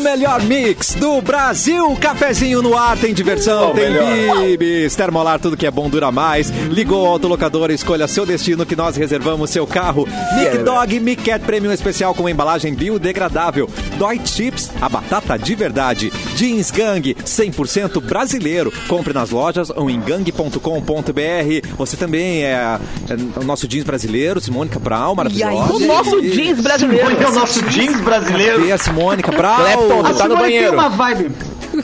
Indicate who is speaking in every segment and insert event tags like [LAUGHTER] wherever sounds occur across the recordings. Speaker 1: melhor mix do Brasil. Cafezinho no ar, tem diversão,
Speaker 2: Bom,
Speaker 1: tem
Speaker 2: melhor.
Speaker 1: bibis, termolar, tudo que é bom dura mais. Ligou o autolocador, escolha seu destino que nós reservamos seu carro.
Speaker 2: é
Speaker 1: Mic Dog, Mic Cat Premium Especial com embalagem biodegradável. Dói Chips, a batata de verdade. Jeans Gang, 100% brasileiro. Compre nas lojas ou em gang.com.br. Você também é, é o nosso jeans brasileiro, Simone Cabral, maravilhosa.
Speaker 3: O nosso jeans brasileiro.
Speaker 2: Porque é o nosso jeans
Speaker 1: E
Speaker 2: brasileiro.
Speaker 1: a Simone Cabral.
Speaker 4: Clapton,
Speaker 2: A
Speaker 4: tá no
Speaker 2: Simone
Speaker 4: banheiro.
Speaker 2: tem uma vibe.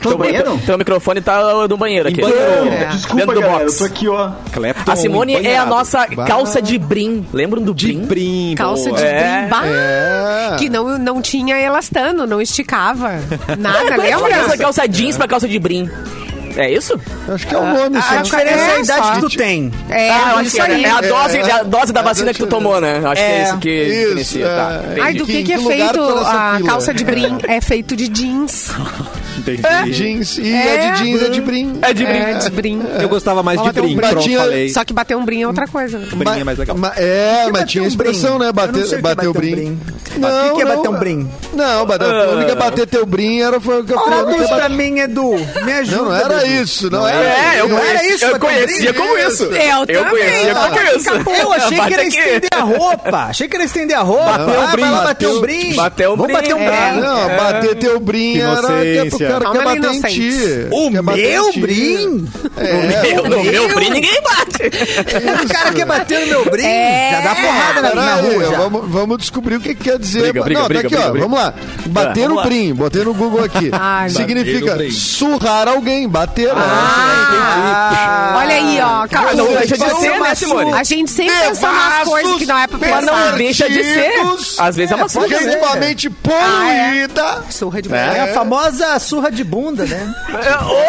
Speaker 2: Tô no banheiro?
Speaker 4: Teu microfone tá no banheiro aqui.
Speaker 1: banheiro.
Speaker 2: É, Desculpa,
Speaker 4: Dentro do
Speaker 2: galera, eu
Speaker 4: box.
Speaker 2: tô aqui, ó.
Speaker 1: Clapton,
Speaker 4: A Simone é a
Speaker 1: empanhado.
Speaker 4: nossa calça de brim. Lembram do
Speaker 1: de
Speaker 4: brim?
Speaker 1: brim.
Speaker 5: Calça
Speaker 1: boa.
Speaker 5: de
Speaker 4: É.
Speaker 5: brimba.
Speaker 6: É.
Speaker 5: Que não, não tinha elastano, não esticava. Nada,
Speaker 4: Lembra dessa
Speaker 5: lembra?
Speaker 4: é calça jeans pra calça de brim? É isso?
Speaker 6: Acho que é o nome,
Speaker 7: A
Speaker 6: sabe?
Speaker 7: diferença é a
Speaker 5: É,
Speaker 7: idade
Speaker 5: só.
Speaker 7: que tu tem.
Speaker 5: É,
Speaker 4: eu acho
Speaker 5: isso
Speaker 4: que era.
Speaker 5: aí.
Speaker 4: É a dose,
Speaker 6: É.
Speaker 4: é a dose da
Speaker 6: É,
Speaker 4: vacina que tu
Speaker 6: deixa eu ver.
Speaker 4: tomou, né? Eu Acho que é
Speaker 7: É,
Speaker 4: isso que
Speaker 6: isso,
Speaker 4: diferencia, tá.
Speaker 6: é.
Speaker 4: Entendi.
Speaker 5: Ai, do que,
Speaker 6: Em
Speaker 5: que é
Speaker 6: que lugar
Speaker 5: feito
Speaker 6: tá nessa
Speaker 5: a
Speaker 6: fila?
Speaker 5: calça de brim? É feito de jeans.
Speaker 1: Entendi.
Speaker 6: Jeans. E é, de jeans, é de brim.
Speaker 4: [LAUGHS] É de brim.
Speaker 5: É, de brim.
Speaker 1: Eu gostava mais de
Speaker 6: Ela tem um
Speaker 1: brim, pronto,
Speaker 6: bratinho-
Speaker 1: falei.
Speaker 5: Só que bater um brim é outra coisa. né?
Speaker 1: Brim é mais legal.
Speaker 6: Ma- é, mas
Speaker 7: bater
Speaker 6: tinha
Speaker 7: um
Speaker 6: expressão,
Speaker 7: brim?
Speaker 6: né?
Speaker 7: Eu
Speaker 6: Bater,
Speaker 7: não sei o que é
Speaker 6: bater o
Speaker 7: bater um
Speaker 6: brim.
Speaker 7: brim. Mas o que que é bater um brim?
Speaker 6: Não,
Speaker 1: Ah.
Speaker 6: bater, a única bater teu brim era foi o que eu falei.
Speaker 7: Traduz pra mim, Edu. Me ajuda.
Speaker 6: Não, não era
Speaker 7: Edu.
Speaker 6: isso, não era
Speaker 4: É, eu
Speaker 6: isso.
Speaker 7: era
Speaker 4: conhecia,
Speaker 7: isso,
Speaker 4: eu
Speaker 7: mas também
Speaker 4: conhecia como isso.
Speaker 6: isso.
Speaker 5: Eu também. tá?
Speaker 4: conhecia como isso.
Speaker 7: Eu achei que
Speaker 4: Bate
Speaker 7: era
Speaker 4: aqui.
Speaker 7: estender a roupa. Achei que era estender a roupa.
Speaker 6: Bateu
Speaker 7: Ah,
Speaker 6: o brim.
Speaker 7: Vai lá bater um brim.
Speaker 4: Bateu o
Speaker 7: Vamos
Speaker 4: brim.
Speaker 7: bater um
Speaker 5: É.
Speaker 7: brim.
Speaker 6: Ah, Não, bater teu brim era que o
Speaker 1: Inocência.
Speaker 6: cara quer
Speaker 5: Calma aí,
Speaker 6: bater em
Speaker 5: inocentes.
Speaker 6: ti.
Speaker 7: O
Speaker 6: Quer bater em
Speaker 7: meu
Speaker 6: ti.
Speaker 7: brim?
Speaker 6: É,
Speaker 4: Eu, no meu brim ninguém bate.
Speaker 7: O cara
Speaker 5: é
Speaker 7: quer bater no meu brim. Já dá porrada na, na
Speaker 6: Peraí,
Speaker 7: rua. já.
Speaker 6: vamos, vamos descobrir o que quer dizer.
Speaker 4: Briga, briga,
Speaker 6: não,
Speaker 4: briga,
Speaker 6: tá aqui,
Speaker 4: briga,
Speaker 6: ó.
Speaker 4: briga. Ah,
Speaker 6: Vamos lá. Bater
Speaker 4: Vamos
Speaker 6: no
Speaker 4: lá.
Speaker 6: brim. Botei no Google aqui.
Speaker 5: Ai,
Speaker 6: Significa
Speaker 1: Bater no brim.
Speaker 6: surrar alguém, bater.
Speaker 5: Ah,
Speaker 7: Ah,
Speaker 5: Olha aí, ó.
Speaker 4: Ah,
Speaker 5: Calma.
Speaker 4: não deixa de ser, né, Simone?
Speaker 5: A gente sempre pensa umas coisas que não é pra
Speaker 4: Mas não
Speaker 5: pensar.
Speaker 4: deixa de ser.
Speaker 6: Perdidos.
Speaker 4: Às vezes é uma
Speaker 6: Porque
Speaker 4: surra.
Speaker 7: ser.
Speaker 6: com a mente poluída.
Speaker 5: Surra de
Speaker 7: É
Speaker 5: mulher.
Speaker 7: a famosa surra de bunda, né?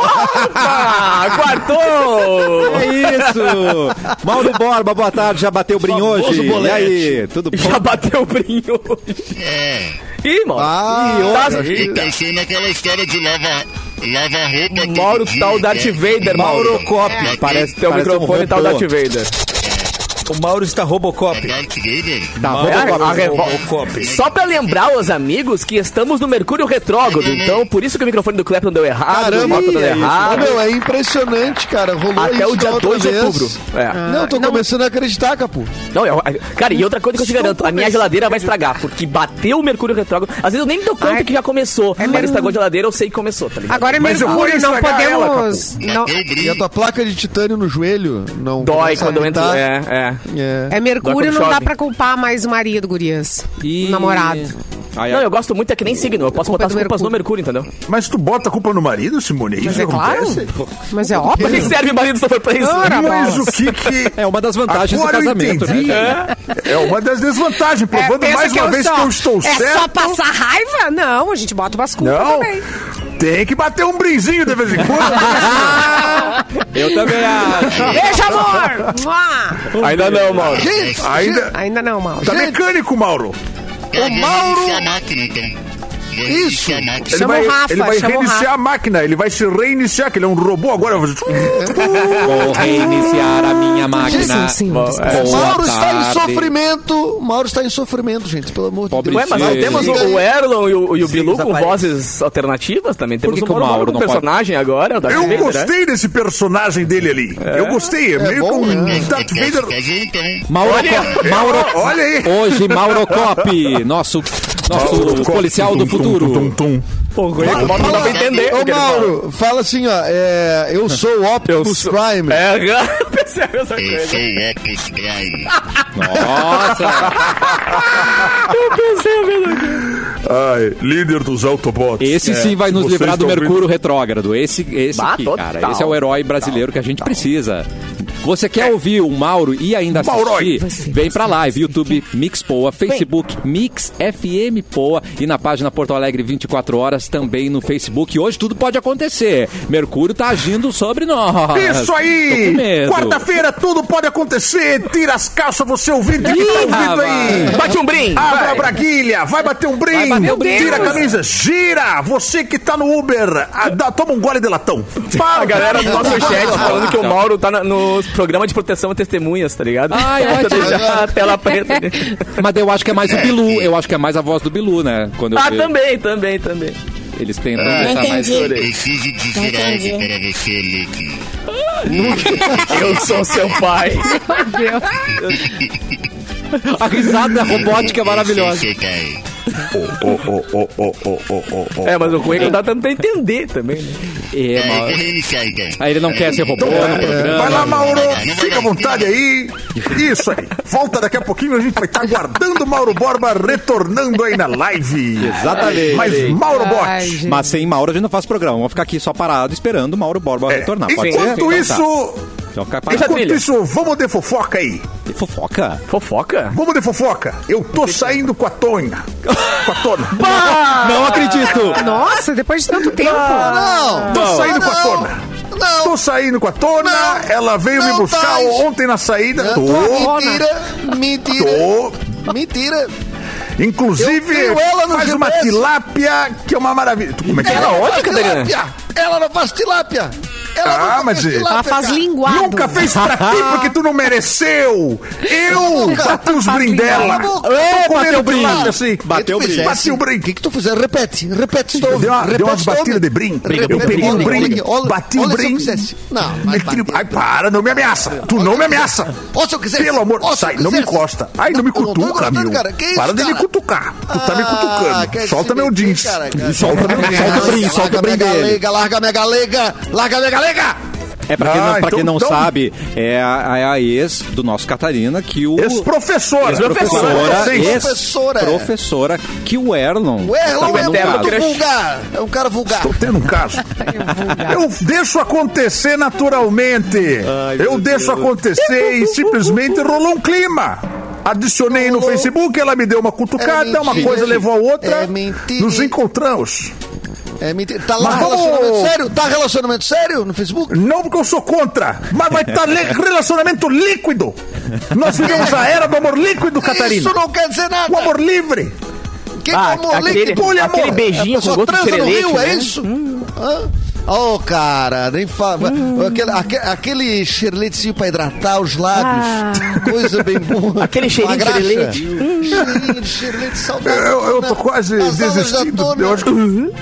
Speaker 4: Opa! Quartou!
Speaker 1: É isso! Mauro Borba, boa tarde, já bateu o brim hoje? E aí, tudo bom?
Speaker 4: Já bateu o brim hoje. Ih, Mauro.
Speaker 6: Ah,
Speaker 4: Tá-
Speaker 6: olha aí.
Speaker 8: Eu pensei naquela história de lavar lava roupa.
Speaker 4: Mauro,
Speaker 8: todo
Speaker 4: tá o
Speaker 8: dia,
Speaker 4: Darth
Speaker 8: né?
Speaker 4: Vader, Mauro.
Speaker 1: Maurocop, parece
Speaker 4: Teu
Speaker 1: parece um
Speaker 4: microfone tá o Darth
Speaker 1: robô.
Speaker 4: Vader.
Speaker 1: O Mauro está Robocop.
Speaker 8: Darth Vader.
Speaker 1: Tá,
Speaker 4: Cara, a revol-
Speaker 1: Robocop.
Speaker 4: Só pra lembrar os amigos que estamos no Mercúrio Retrógrado, então por isso que o microfone do Clapton deu errado, do
Speaker 6: Caramba,
Speaker 4: Mota deu
Speaker 6: é
Speaker 4: errado.
Speaker 6: Meu, é impressionante, cara. Rolou
Speaker 4: Até
Speaker 6: isso
Speaker 4: o dia
Speaker 6: da outra
Speaker 4: 2 de
Speaker 6: vez.
Speaker 4: outubro. É.
Speaker 6: Não, tô começando a acreditar, Capu.
Speaker 4: Não, eu- cara, e outra coisa que eu te garanto, a minha geladeira vai estragar, porque bateu o Mercúrio Retrógrado. Às vezes eu nem me dou conta
Speaker 5: Ai.
Speaker 4: que já começou, mas
Speaker 5: mesmo.
Speaker 4: estragou a geladeira, eu sei que começou, tá ligado?
Speaker 5: Agora é
Speaker 7: Mas eu vou
Speaker 5: mercúrio, não
Speaker 7: estragar ela,
Speaker 5: podemos... não-
Speaker 8: Eu
Speaker 6: E a
Speaker 8: brinco.
Speaker 6: tua placa de titânio no joelho não
Speaker 4: Dói
Speaker 6: começa a
Speaker 4: quando eu entro.
Speaker 6: apitar?
Speaker 4: É, é.
Speaker 6: É.
Speaker 5: É mercúrio,
Speaker 4: Dá
Speaker 5: não
Speaker 4: quando
Speaker 5: dá
Speaker 4: chove.
Speaker 5: pra culpar mais o marido, gurias.
Speaker 4: Ih.
Speaker 5: O namorado.
Speaker 1: Ai,
Speaker 4: Não,
Speaker 1: ai.
Speaker 4: eu gosto muito, é que nem signo. Eu posso
Speaker 5: Culpa
Speaker 4: botar as
Speaker 5: do
Speaker 4: culpas no Mercúrio, entendeu?
Speaker 9: Mas tu bota a culpa no marido, Simone?
Speaker 5: Mas
Speaker 9: Isso
Speaker 5: é claro.
Speaker 9: acontece?
Speaker 5: Mas é óbvio.
Speaker 4: Pra que serve marido se não for pra isso? [LAUGHS]
Speaker 5: Ora,
Speaker 9: Mas
Speaker 5: bolas.
Speaker 9: o que que...
Speaker 1: É uma das vantagens
Speaker 9: Agora
Speaker 1: do
Speaker 9: eu
Speaker 1: casamento, né?
Speaker 9: entendi. É. uma das desvantagens,
Speaker 5: É,
Speaker 9: provando
Speaker 5: pensa
Speaker 9: mais uma
Speaker 5: eu
Speaker 9: vez
Speaker 5: só-
Speaker 9: que eu estou
Speaker 5: é
Speaker 9: certo.
Speaker 5: só passar raiva? Não, a gente bota umas culpas
Speaker 9: Não,
Speaker 5: também.
Speaker 9: tem que bater um brinzinho de vez em quando.
Speaker 1: Eu também acho.
Speaker 5: Beijo, amor! Mua!
Speaker 4: Ainda não, Mauro.
Speaker 6: Gente,
Speaker 9: Ainda...
Speaker 5: Ainda não, mal.
Speaker 9: Tá mecânico, Mauro.
Speaker 8: Eu vou
Speaker 6: Mauro-
Speaker 8: reiniciar a máquina, então. Vou
Speaker 6: É. Isso.
Speaker 8: reiniciar a máquina.
Speaker 9: Ele
Speaker 5: Chama
Speaker 9: vai,
Speaker 5: o Rafa,
Speaker 9: ele vai
Speaker 5: chama o
Speaker 9: reiniciar a máquina, ele vai se reiniciar, que ele é um robô agora.
Speaker 1: Vou reiniciar a minha máquina.
Speaker 5: Sim, senhores.
Speaker 6: o
Speaker 1: Boa
Speaker 6: Mauro está em
Speaker 1: tarde.
Speaker 6: sofrimento. O Mauro está em sofrimento, gente, pelo amor de Deus.
Speaker 4: Ué, mas não
Speaker 1: Sim.
Speaker 4: temos o, o Erlon e o, e o Bilu com
Speaker 7: desaparece.
Speaker 4: vozes alternativas também. Temos
Speaker 1: que
Speaker 4: um
Speaker 1: que o
Speaker 4: Mauro
Speaker 1: Mauro
Speaker 4: Borba com
Speaker 1: não pode?
Speaker 4: personagem agora, o Darth
Speaker 9: Eu
Speaker 4: Vader, né?
Speaker 9: gostei desse personagem dele ali. Eu gostei, é, meio
Speaker 6: bom,
Speaker 9: que um
Speaker 6: né?
Speaker 9: Darth
Speaker 8: Eu posso
Speaker 9: Vader.
Speaker 8: fazer, então.
Speaker 1: Mauro, Mauro,
Speaker 9: Olha aí.
Speaker 1: Hoje, Mauro Cop, nosso, nosso policial do
Speaker 9: Tum,
Speaker 1: futuro.
Speaker 9: tum, tum.
Speaker 4: O Mauro não dá pra entender. o
Speaker 6: Ô,
Speaker 4: que ele fala.
Speaker 6: Mauro, fala assim, ó. é, eu sou o Optimus Prime.
Speaker 4: É, [LAUGHS] eu pensei a mesma
Speaker 8: Eu
Speaker 4: coisa.
Speaker 8: sou o Opus Prime.
Speaker 1: Nossa,
Speaker 9: Ai, líder dos Autobots.
Speaker 1: esse
Speaker 9: É,
Speaker 1: sim vai nos
Speaker 9: vocês
Speaker 1: livrar do
Speaker 9: estão vendo-
Speaker 1: Mercúrio retrógrado. Esse, esse
Speaker 4: Bah,
Speaker 1: aqui,
Speaker 4: total.
Speaker 1: cara. Esse é o herói brasileiro que a gente precisa. Você quer ouvir o Mauro e ainda assistir?
Speaker 9: Mauroi.
Speaker 1: Vem pra live, YouTube Mix Poa, Facebook Mix FM Poa e na página Porto Alegre 24 horas também no Facebook. Hoje tudo pode acontecer. Mercúrio tá agindo sobre nós.
Speaker 9: Isso
Speaker 1: Tô com
Speaker 9: aí!
Speaker 1: medo.
Speaker 9: Quarta-feira tudo pode acontecer. Tira as calças, você ouvinte que tá ouvindo aí.
Speaker 4: Bate um brim.
Speaker 9: Abra a
Speaker 4: vai.
Speaker 9: braguilha, vai bater um brim,
Speaker 1: bater um brim.
Speaker 9: tira a camisa, gira! Você que tá no Uber, a- dá- toma um gole de latão. Para,
Speaker 4: A galera do nosso chat falando que o Mauro tá na- no programa de proteção a testemunhas, tá ligado?
Speaker 1: Ai,
Speaker 4: [LAUGHS] Pra
Speaker 1: ótimo.
Speaker 4: deixar a
Speaker 1: [LAUGHS]
Speaker 4: tela preta. ali.
Speaker 1: Mas eu acho que é mais o Bilu, eu acho que é mais a voz do Bilu, né? Quando eu
Speaker 4: ah,
Speaker 1: vejo.
Speaker 4: também, também, também.
Speaker 1: Eles tentam
Speaker 3: Não
Speaker 1: deixar mais...
Speaker 3: entendi.
Speaker 8: Preciso dizer
Speaker 3: Entendi.
Speaker 8: algo para você, Luke.
Speaker 4: Eu sou seu pai. [LAUGHS]
Speaker 1: A risada robótica é
Speaker 8: Eu
Speaker 1: maravilhosa.
Speaker 8: sou seu pai.
Speaker 4: É, mas o Cuenca não dá tanto pra entender também, né? Então,
Speaker 1: É,
Speaker 8: Aí,
Speaker 1: mas-
Speaker 8: quando ele sai, tá?
Speaker 4: Ah,
Speaker 1: Aí ele não quer ser robô no programa.
Speaker 9: Vai lá, Mauro. Fica à vontade aí. Isso aí. Volta daqui a pouquinho. A gente vai estar aguardando o Mauro Borba retornando aí na live.
Speaker 1: Exatamente.
Speaker 9: Mas Mauro é,
Speaker 5: Ai,
Speaker 9: Bot.
Speaker 5: gente.
Speaker 1: Mas sem Mauro a gente não faz programa. Vamos ficar aqui só parado esperando o Mauro Borba
Speaker 9: é,
Speaker 1: retornar. Pode ser?
Speaker 9: Enquanto
Speaker 1: Então tá.
Speaker 9: isso,
Speaker 1: Então fica
Speaker 4: Deixa a
Speaker 1: parado.
Speaker 4: trilha.
Speaker 9: enquanto isso, vamos de fofoca aí.
Speaker 1: Fofoca.
Speaker 4: Fofoca?
Speaker 9: Vamos de fofoca. Eu tô saindo com a Tonha. Com a
Speaker 1: [LAUGHS]
Speaker 9: Tona. Ah!
Speaker 1: Não acredito.
Speaker 5: Nossa, depois de tanto tempo.
Speaker 6: Ah, Não! Ah,
Speaker 9: Ah, Tô saindo com a
Speaker 6: não,
Speaker 9: Tona.
Speaker 6: Não!
Speaker 9: Tô saindo com a Tona.
Speaker 6: Não.
Speaker 9: Ela veio me
Speaker 6: Não,
Speaker 9: buscar
Speaker 6: Tais.
Speaker 9: ontem na saída. Tô.
Speaker 6: É Mentira! Mentira!
Speaker 9: Tô.
Speaker 6: Mentira!
Speaker 9: Inclusive,
Speaker 6: Eu tenho ela no
Speaker 9: faz uma
Speaker 6: GPS.
Speaker 9: tilápia que é uma maravilha. Tu- Como é que é?
Speaker 6: não
Speaker 4: onde,
Speaker 6: faz
Speaker 4: Catarina?
Speaker 6: tilápia. Ela não faz tilápia! Ela
Speaker 9: Ah,
Speaker 6: nunca
Speaker 9: mas
Speaker 6: fez
Speaker 9: é-
Speaker 6: tilápia,
Speaker 5: Ela faz
Speaker 6: cara.
Speaker 5: linguado.
Speaker 9: Nunca fez pra ti porque tu não mereceu. Eu bati os brindela.
Speaker 6: Cala a boca. É,
Speaker 9: Tô comendo
Speaker 1: bateu o brim.
Speaker 9: tilápia, assim.
Speaker 1: Bateu o
Speaker 6: Tu
Speaker 1: brim.
Speaker 6: fizesse?
Speaker 9: Bateu o brim.
Speaker 6: O que, que tu fizesse? Repete, repete, estou
Speaker 9: Deu uma,
Speaker 6: repete,
Speaker 9: deu umas
Speaker 6: estou
Speaker 9: batidas de
Speaker 6: ouvindo.
Speaker 9: brim.
Speaker 6: Repete,
Speaker 9: Eu peguei um
Speaker 6: olha,
Speaker 9: brim.
Speaker 6: olha, olha,
Speaker 9: Bati um o
Speaker 6: olha se eu
Speaker 9: brim.
Speaker 6: fizesse. Não, mas
Speaker 9: Meti-
Speaker 6: bater.
Speaker 9: Ai, para, não me ameaça. Tu não me ameaça.
Speaker 6: Ou se eu quisesse.
Speaker 9: Pelo amor,
Speaker 6: Ou se eu
Speaker 9: sai, não me
Speaker 6: quisesse.
Speaker 9: encosta. Ai, não me
Speaker 6: Não, eu não tô
Speaker 9: cutuca,
Speaker 6: encostando,
Speaker 9: meu.
Speaker 6: cara. Que isso,
Speaker 9: Para de me
Speaker 6: cara?
Speaker 9: cutucar. Tu tá me
Speaker 6: Ah,
Speaker 9: cutucando.
Speaker 6: quer
Speaker 9: Solta
Speaker 6: se
Speaker 9: meu
Speaker 6: meter,
Speaker 9: jeans.
Speaker 6: cara, cara.
Speaker 1: Solta meu-
Speaker 6: Ah,
Speaker 1: solta o brim,
Speaker 6: larga
Speaker 1: solta o brim
Speaker 6: minha
Speaker 1: dele.
Speaker 6: galega, Larga minha galega, larga minha galega.
Speaker 1: É, pra quem não,
Speaker 9: Ah,
Speaker 1: pra quem
Speaker 9: então-
Speaker 1: não
Speaker 9: então-
Speaker 1: sabe, é a, é a ex do nosso Catarina que o...
Speaker 9: Ex-professora.
Speaker 1: Professora,
Speaker 9: Ex-docente.
Speaker 6: Ex-professora.
Speaker 1: ex-professora, que o Erlon.
Speaker 6: O Erlon
Speaker 1: tá
Speaker 6: é
Speaker 1: tendo
Speaker 6: um
Speaker 1: um
Speaker 4: Eterno
Speaker 1: caso.
Speaker 6: cara
Speaker 4: crush.
Speaker 6: vulgar. É um cara vulgar.
Speaker 9: Tô tendo um caso. Eu deixo acontecer naturalmente. eu deixo acontecer e simplesmente rolou um clima. Adicionei no
Speaker 6: Rolou.
Speaker 9: Facebook, ela me deu uma cutucada,
Speaker 6: É
Speaker 9: uma
Speaker 6: mentira.
Speaker 9: coisa levou a outra.
Speaker 6: É mentira.
Speaker 9: nos encontramos.
Speaker 6: É mentira. Tá lá
Speaker 9: Mas vamos-
Speaker 6: relacionamento sério? Tá relacionamento sério no Facebook?
Speaker 9: Não porque eu sou contra, mas vai estar relacionamento líquido. Nós vivemos a era do amor líquido, Catarina.
Speaker 6: Isso não quer dizer nada. é
Speaker 9: O amor livre.
Speaker 6: Que
Speaker 4: Ah,
Speaker 6: amor
Speaker 4: aquele-
Speaker 6: líquido,
Speaker 4: aquele
Speaker 6: amor.
Speaker 4: beijinho
Speaker 6: A pessoa
Speaker 4: com gosto de
Speaker 6: transa no
Speaker 4: serelepe,
Speaker 6: rio,
Speaker 4: né?
Speaker 6: é isso? Hã? Ô, cara, nem fala. Aquele, aque- aquele xereletezinho pra hidratar os lábios. Coisa bem boa.
Speaker 4: Ah. Aquele
Speaker 6: Uma
Speaker 4: cheirinho de
Speaker 6: graxa. Hum.
Speaker 4: xerelete. Hum.
Speaker 6: Cheirinho de xerelete saudável. né?
Speaker 9: Eu, eu tô quase desistindo. Eu acho que-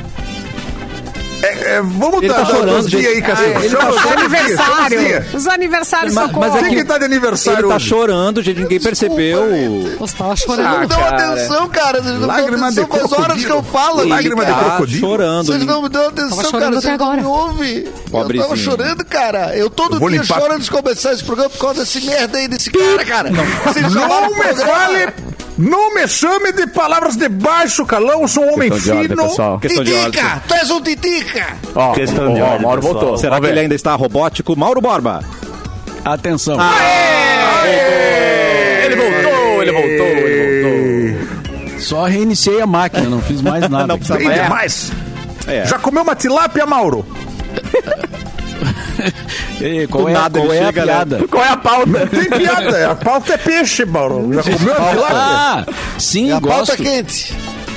Speaker 9: É, é, vamos
Speaker 1: Uhum. Ele tá
Speaker 9: dar
Speaker 1: chorando,
Speaker 9: dois dias aí,
Speaker 1: gente.
Speaker 9: Catarina.
Speaker 1: Ah, ele
Speaker 9: Chama-
Speaker 5: Os
Speaker 9: chama dois dias, chama dois dias.
Speaker 5: aniversários. Os aniversários,
Speaker 1: Mas- mas
Speaker 5: socorro.
Speaker 1: é
Speaker 9: Quem que tá de
Speaker 1: Ele
Speaker 9: aniversário
Speaker 1: tá
Speaker 9: hoje?
Speaker 1: chorando, gente, ninguém
Speaker 6: Desculpa,
Speaker 1: percebeu.
Speaker 5: Você tava
Speaker 6: Vocês
Speaker 5: chorando.
Speaker 6: não dão
Speaker 4: Ah, cara.
Speaker 6: atenção, cara. Vocês não dão
Speaker 9: Lágrima de
Speaker 6: atenção com as
Speaker 9: crocodilo.
Speaker 6: horas que eu falo.
Speaker 9: Lágrima de
Speaker 6: cara.
Speaker 1: Tá
Speaker 9: crocodilo.
Speaker 1: chorando.
Speaker 6: Vocês
Speaker 1: gente.
Speaker 6: não me dão
Speaker 5: Tava
Speaker 6: atenção,
Speaker 5: chorando
Speaker 6: cara.
Speaker 5: até
Speaker 6: Vocês não
Speaker 5: agora.
Speaker 6: me ouvem. Eu
Speaker 1: Pobrezinho.
Speaker 6: tava chorando, cara. Eu todo
Speaker 9: Eu vou
Speaker 6: dia
Speaker 9: limpar-
Speaker 6: choro antes de começar esse programa por causa desse merda aí desse cara, cara. Vocês
Speaker 1: tá
Speaker 6: chamaram
Speaker 9: Não
Speaker 6: o
Speaker 9: me
Speaker 6: programa.
Speaker 9: fale... Não me chame de palavras de baixo calão, eu sou um homem
Speaker 1: né,
Speaker 4: Questão de ordem,
Speaker 9: fino.
Speaker 4: pessoal.
Speaker 1: Questão de ordem.
Speaker 6: Titica! Tu és um titica!
Speaker 4: Ó,
Speaker 7: Questão
Speaker 4: ó,
Speaker 7: de
Speaker 4: ó,
Speaker 7: ordem,
Speaker 4: Mauro
Speaker 7: pessoal.
Speaker 4: voltou.
Speaker 1: Será que ele ainda está robótico? Mauro Borba.
Speaker 7: Atenção.
Speaker 4: Ele voltou, ele voltou, ele voltou.
Speaker 7: Só reiniciei a máquina, não fiz mais nada.
Speaker 1: Não precisa-
Speaker 9: Bem
Speaker 1: É.
Speaker 9: demais.
Speaker 1: É.
Speaker 9: Já comeu uma tilápia, Mauro?
Speaker 7: Ei, qual
Speaker 1: Do
Speaker 7: é,
Speaker 1: nada
Speaker 7: qual
Speaker 1: ele
Speaker 7: é
Speaker 1: chega,
Speaker 7: a
Speaker 1: né?
Speaker 7: piada?
Speaker 4: Qual é a pauta?
Speaker 9: Tem piada, a pauta é peixe, Mauro. Já comeu a tilápia?
Speaker 7: Ah, sim,
Speaker 6: E a pauta
Speaker 7: gosto.
Speaker 6: quente.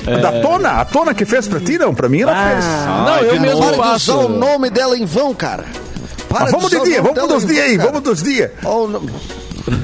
Speaker 1: é.
Speaker 9: Da Tona? A Tona que fez pra ti, não? Pra mim ela
Speaker 1: Ah,
Speaker 9: fez. Ah,
Speaker 7: Não, eu mesmo
Speaker 6: Para de usar
Speaker 7: faço.
Speaker 6: o nome dela em vão, cara. Para
Speaker 9: Mas Ah, vamos
Speaker 6: usar
Speaker 9: de
Speaker 6: o
Speaker 9: dia,
Speaker 6: nome
Speaker 9: vamos
Speaker 6: dela
Speaker 9: dos
Speaker 6: em
Speaker 9: dias
Speaker 6: vão,
Speaker 9: aí,
Speaker 6: cara.
Speaker 9: vamos dos dias.
Speaker 6: Ó, o nome-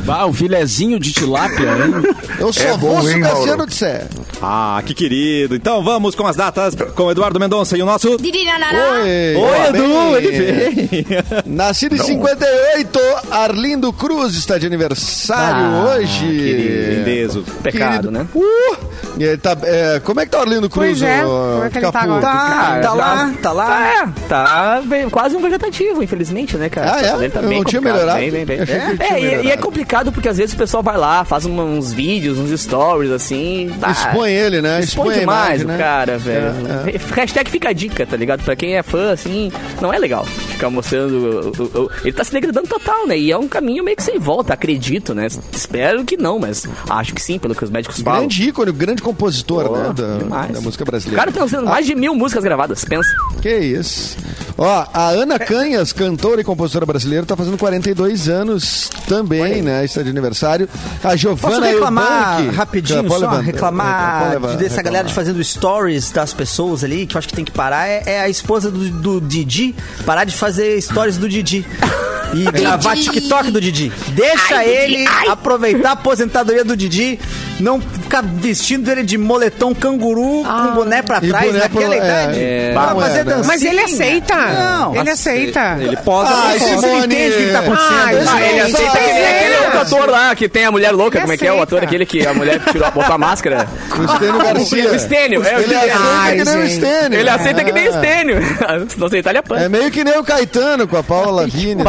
Speaker 7: Ah, o filezinho de tilápia, hein?
Speaker 6: [LAUGHS] Eu só
Speaker 9: É bom,
Speaker 6: vou se
Speaker 9: hein,
Speaker 6: o
Speaker 9: Mauro?
Speaker 6: Cassiano disser.
Speaker 1: Ah, que querido. Então vamos com as datas com o Eduardo Mendonça e o nosso...
Speaker 6: Oi,
Speaker 1: Oi,
Speaker 6: Olá,
Speaker 1: Edu,
Speaker 6: bem.
Speaker 1: ele veio.
Speaker 6: Nascido em 58, Arlindo Cruz está de aniversário
Speaker 4: Ah,
Speaker 6: hoje.
Speaker 1: querido, ileso.
Speaker 4: Pecado,
Speaker 6: Querido.
Speaker 4: né?
Speaker 6: Uh! E ele tá, é, como é que tá o Arlindo Cruz?
Speaker 5: Pois é,
Speaker 6: ô,
Speaker 5: como é que ele tá
Speaker 6: Capu?
Speaker 5: agora?
Speaker 7: Tá,
Speaker 1: Ah,
Speaker 7: tá lá, tá lá.
Speaker 4: Tá, tá bem- quase um vegetativo, infelizmente, né, cara?
Speaker 6: Ah,
Speaker 4: A situação
Speaker 6: é?
Speaker 4: dele
Speaker 6: Eu não tinha
Speaker 4: complicada.
Speaker 6: melhorado.
Speaker 4: Bem, bem, bem.
Speaker 6: Eu achei que ele
Speaker 4: É,
Speaker 6: tinha
Speaker 4: e- e, é
Speaker 6: melhorado.
Speaker 4: complicado porque às vezes o pessoal vai lá, faz um- uns vídeos, uns stories, assim. tá.
Speaker 6: Expõe ele, né?
Speaker 4: Expõe,
Speaker 6: a
Speaker 4: demais
Speaker 6: imagem,
Speaker 4: o
Speaker 6: né?
Speaker 4: cara, velho.
Speaker 6: É,
Speaker 4: Hashtag fica a dica, tá ligado? Pra quem é fã, assim, não é legal ficar mostrando. o- o- o- Ele tá se degradando total, né? E é um caminho meio que sem volta, acredito, né? Espero que não, mas acho que sim, pelo que os médicos falam.
Speaker 6: Grande ícone, grande compositor,
Speaker 4: Pô,
Speaker 6: né? Da,
Speaker 4: demais.
Speaker 6: da música
Speaker 4: O
Speaker 6: brasileira.
Speaker 4: cara tá lançando mais de mil músicas gravadas, pensa.
Speaker 6: Que isso. Ó, a Ana Canhas, cantora e compositora brasileira, tá fazendo 42 anos também, né? Está de aniversário. A Giovana
Speaker 3: Posso reclamar
Speaker 6: Eubank-
Speaker 3: rapidinho só?
Speaker 6: Tá, pode levantar.
Speaker 3: reclamar
Speaker 6: Pode levantar,
Speaker 3: de- dessa
Speaker 6: reclamar.
Speaker 3: galera de fazendo stories das pessoas ali, que eu acho que tem que parar. É, é a esposa do, do Didi parar de fazer stories do
Speaker 6: [LAUGHS]
Speaker 3: Didi. E gravar TikTok do Didi. Deixa ele aproveitar a aposentadoria do Didi não ficar vestindo ele de moletom canguru com boné pra
Speaker 6: Ah. E
Speaker 3: trás
Speaker 6: boné pro-
Speaker 3: naquela
Speaker 6: é,
Speaker 3: idade.
Speaker 6: é,
Speaker 3: pra
Speaker 6: não é,
Speaker 3: fazer
Speaker 6: né?
Speaker 3: dancinha.
Speaker 5: Mas ele
Speaker 10: assim,
Speaker 5: aceita.
Speaker 3: Não.
Speaker 5: ele aceita.
Speaker 1: Ele posa
Speaker 6: Ah,
Speaker 1: na
Speaker 6: esse
Speaker 1: foto.
Speaker 3: Você não entende o que, que tá acontecendo.
Speaker 5: Ai,
Speaker 4: Ah, ele
Speaker 6: Isso
Speaker 4: aceita que nem
Speaker 6: aí.
Speaker 4: aquele outro ator lá que tem a mulher louca, como é que é o
Speaker 5: aceita.
Speaker 4: ator aquele que a mulher tirou, botou a máscara?
Speaker 6: O Estênio Garcia.
Speaker 4: O Stênio, é, o
Speaker 6: Ele
Speaker 4: Stênio.
Speaker 6: aceita que nem o
Speaker 5: gente.
Speaker 6: Estênio.
Speaker 4: Ele aceita que nem o
Speaker 6: Ah.
Speaker 4: Stênio. [LAUGHS] Se não tá aceitar, ele apanha.
Speaker 6: É meio que nem o Caetano com a Paula Vini. né?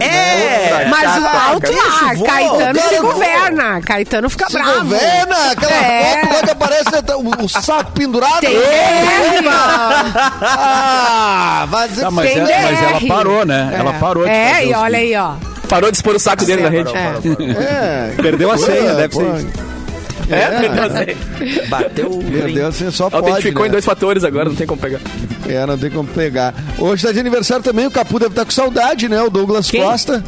Speaker 3: É!
Speaker 5: Mas o
Speaker 4: Tá,
Speaker 5: alto
Speaker 4: cara,
Speaker 5: lá,
Speaker 3: isso,
Speaker 5: Caetano
Speaker 6: cara,
Speaker 5: se
Speaker 6: voa.
Speaker 5: governa. Caetano fica
Speaker 6: Se
Speaker 5: bravo.
Speaker 6: governa, aquela
Speaker 5: É.
Speaker 6: foto lá que aparece o, o saco pendurado.
Speaker 5: Tem DR.
Speaker 6: Ah, vai dizer
Speaker 10: Tá,
Speaker 6: que
Speaker 10: mas,
Speaker 5: Tem
Speaker 10: ela,
Speaker 5: DR.
Speaker 10: mas ela parou, né? Ela parou de
Speaker 5: É,
Speaker 10: fazer
Speaker 5: e
Speaker 10: os-
Speaker 5: olha aí, ó.
Speaker 4: Parou de expor o saco dele na rede.
Speaker 5: É.
Speaker 6: É.
Speaker 1: Perdeu a senha, deve ser isso.
Speaker 4: É, perdeu a senha.
Speaker 3: Bateu o
Speaker 6: Perdeu assim, só
Speaker 4: Ela
Speaker 6: pode.
Speaker 4: Autentificou
Speaker 6: Né?
Speaker 4: em dois fatores agora, não tem como pegar.
Speaker 6: É, não tem como pegar. Hoje tá de aniversário também, o Capu deve estar com saudade, né? O Douglas
Speaker 4: Quem?
Speaker 6: Costa.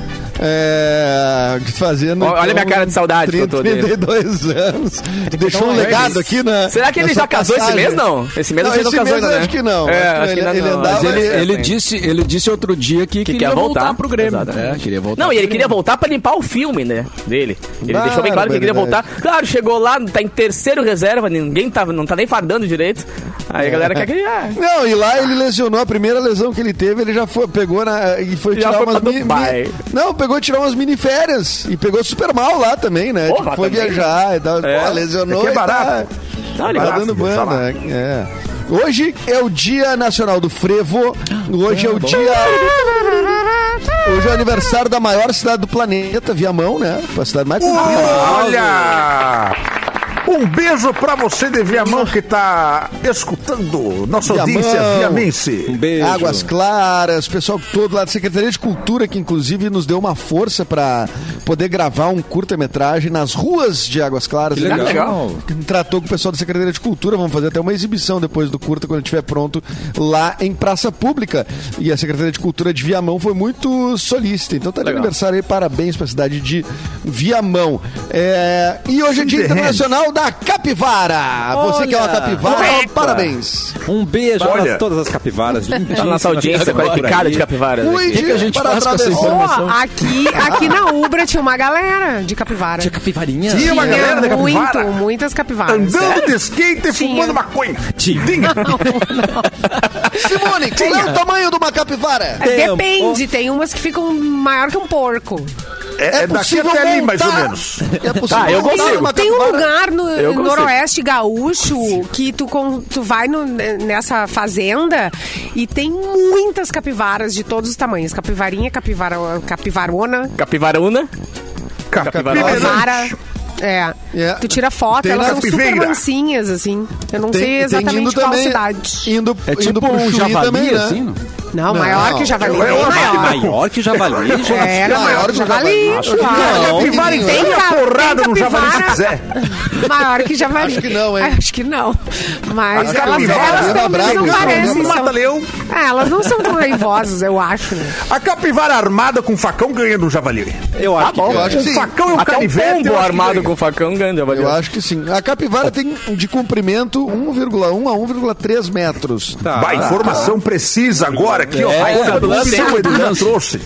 Speaker 6: É, fazendo. então
Speaker 4: Olha minha cara de saudade que eu
Speaker 6: 30,
Speaker 4: tô dele. É
Speaker 6: 32 anos. Deixou um
Speaker 4: Mas
Speaker 6: legado aqui, né?
Speaker 4: Será que ele já casou esse mês, não? Esse mês
Speaker 6: Não,
Speaker 4: a gente
Speaker 6: esse
Speaker 4: não casou
Speaker 6: mês
Speaker 4: ainda, né?
Speaker 6: acho que não.
Speaker 4: É,
Speaker 6: Acho que
Speaker 4: acho que
Speaker 6: ele-
Speaker 4: ainda
Speaker 6: ele
Speaker 4: não.
Speaker 6: andava- assim.
Speaker 10: Mas ele,
Speaker 4: É,
Speaker 10: ele
Speaker 4: sim.
Speaker 10: disse, ele disse outro dia que,
Speaker 4: Que
Speaker 10: queria
Speaker 4: quer
Speaker 10: voltar.
Speaker 4: voltar.
Speaker 10: pro Grêmio.
Speaker 4: Exatamente.
Speaker 10: É, queria voltar.
Speaker 4: Não, e ele
Speaker 10: pro
Speaker 4: queria
Speaker 10: Grêmio.
Speaker 4: voltar pra limpar o filme, né? Dele. Ele
Speaker 6: Bah,
Speaker 4: deixou bem claro que ele queria voltar.
Speaker 6: barbaridade.
Speaker 4: Claro, chegou lá, tá em terceiro reserva, ninguém tá, não tá nem fardando direito. Aí a galera quer que. Ah,
Speaker 6: Não, e lá ele lesionou a primeira lesão que ele teve, ele já foi, pegou na, e foi
Speaker 4: Já
Speaker 6: tirar
Speaker 4: foi
Speaker 6: umas
Speaker 4: pra
Speaker 6: mini,
Speaker 4: Dubai.
Speaker 6: mini- Não, pegou tirar umas mini férias e pegou super mal lá também, né?
Speaker 4: Porra,
Speaker 6: Tipo, foi
Speaker 4: também.
Speaker 6: viajar e tal.
Speaker 4: É.
Speaker 6: Pô, lesionou
Speaker 9: É que é
Speaker 6: e tá-
Speaker 9: barato.
Speaker 4: Não, ele
Speaker 6: tá
Speaker 4: gosta,
Speaker 6: dando
Speaker 9: deixa
Speaker 6: banda.
Speaker 9: lá.
Speaker 6: É. Hoje é o Dia Nacional do Frevo. Hoje é o dia. Hoje é o aniversário da maior cidade do planeta, Viamão, né? A cidade mais
Speaker 9: Olha! Um beijo pra você de Viamão que tá escutando nossa
Speaker 6: Viamão.
Speaker 9: audiência viamense.
Speaker 1: Um beijo.
Speaker 6: Águas Claras, pessoal todo lá da Secretaria de Cultura, que inclusive nos deu uma força para poder gravar um curta-metragem nas ruas de Águas Claras.
Speaker 1: Que legal.
Speaker 6: Ele
Speaker 1: Legal.
Speaker 6: Tratou com o pessoal da Secretaria de Cultura, vamos fazer até uma exibição depois do curta, quando estiver pronto, lá em Praça Pública. E a Secretaria de Cultura de Viamão foi muito solícita. Então tá de aniversário aí, parabéns pra cidade de Viamão. É, E hoje é Dia
Speaker 9: In the hand.
Speaker 6: Internacional da Capivara. Você que é uma
Speaker 3: Olha.
Speaker 6: capivara, parabéns.
Speaker 1: Um beijo
Speaker 9: Olha.
Speaker 1: para todas as capivaras.
Speaker 4: Tá
Speaker 1: Lindíssimas.
Speaker 4: na nossa audiência
Speaker 1: Agora.
Speaker 4: qualificada de capivara. né?
Speaker 6: Cuide
Speaker 10: que a gente
Speaker 6: para
Speaker 10: faz com essa
Speaker 6: atravessar-
Speaker 5: Ó, aqui, aqui na Ubra tinha uma galera de capivara.
Speaker 1: Tinha capivarinha?
Speaker 9: Tinha uma galera da
Speaker 5: muito,
Speaker 9: capivara
Speaker 5: muitas capivaras.
Speaker 9: andando de skate e fumando maconha. Tinha.
Speaker 6: Simone, qual é o tamanho de uma capivara?
Speaker 5: É, Depende, tem umas que ficam maior que um porco.
Speaker 9: É, é daqui até ali, mais ou
Speaker 6: montar-
Speaker 9: menos.
Speaker 6: É possível
Speaker 4: Ah, eu
Speaker 6: montar
Speaker 4: consigo.
Speaker 6: uma
Speaker 5: Tem um
Speaker 6: capivara?
Speaker 5: lugar no
Speaker 4: Eu consigo.
Speaker 5: noroeste gaúcho que tu, con- tu vai no- né, nessa fazenda e tem muitas capivaras de todos os tamanhos. Capivarinha, capivara, capivarona,
Speaker 4: Capivaruna.
Speaker 9: Primeirante.
Speaker 5: capivara. É.
Speaker 6: É.
Speaker 5: Tu tira foto,
Speaker 6: Tem
Speaker 5: elas
Speaker 9: na
Speaker 5: são super
Speaker 9: capiveira.
Speaker 5: mansinhas, assim. Eu não
Speaker 6: Tem-
Speaker 5: sei
Speaker 6: tem
Speaker 5: exatamente
Speaker 6: indo
Speaker 5: qual
Speaker 6: também-
Speaker 5: cidade.
Speaker 6: Indo,
Speaker 10: É
Speaker 6: indo
Speaker 10: tipo
Speaker 6: pro
Speaker 10: um
Speaker 6: Chuí
Speaker 10: javali,
Speaker 6: também, né?
Speaker 10: assim, não?
Speaker 5: Não, maior que javali.
Speaker 9: Eu- eu-
Speaker 5: maior.
Speaker 1: Ah, Maior que javali, gente.
Speaker 5: É, era maior que javali.
Speaker 6: Acho que não.
Speaker 5: Claro.
Speaker 9: Capivara
Speaker 6: Tem
Speaker 9: enfia
Speaker 5: ca-
Speaker 9: a porrada
Speaker 5: Ah, tem
Speaker 9: no javali se
Speaker 5: capivara.
Speaker 9: quiser.
Speaker 5: Maior que javali.
Speaker 6: Acho que não, hein?
Speaker 5: Acho que não. Mas
Speaker 9: Acho que
Speaker 5: elas,
Speaker 9: capivara,
Speaker 5: elas
Speaker 9: Ana
Speaker 5: pelo menos
Speaker 6: Braga,
Speaker 5: não
Speaker 6: Ana
Speaker 5: parecem.
Speaker 9: Braga.
Speaker 5: são-
Speaker 9: Mata leão.
Speaker 5: É, elas não são tão raivosas, eu acho. né?
Speaker 9: A capivara armada com facão ganha do javali.
Speaker 1: Eu acho que
Speaker 6: Eu acho que
Speaker 9: Um
Speaker 6: sim.
Speaker 9: facão e um
Speaker 4: Até um
Speaker 9: canivete. eu
Speaker 4: pombo
Speaker 9: acho que
Speaker 4: armado
Speaker 9: ganha.
Speaker 4: com facão grande.
Speaker 6: Eu acho que sim. A capivara tem de comprimento 1,1 a 1,3 metros.
Speaker 1: tá.
Speaker 9: Vai, informação precisa agora aqui, ó.
Speaker 10: É,
Speaker 9: a
Speaker 10: lance,
Speaker 9: produção
Speaker 10: hein?
Speaker 9: o Edu já trouxe.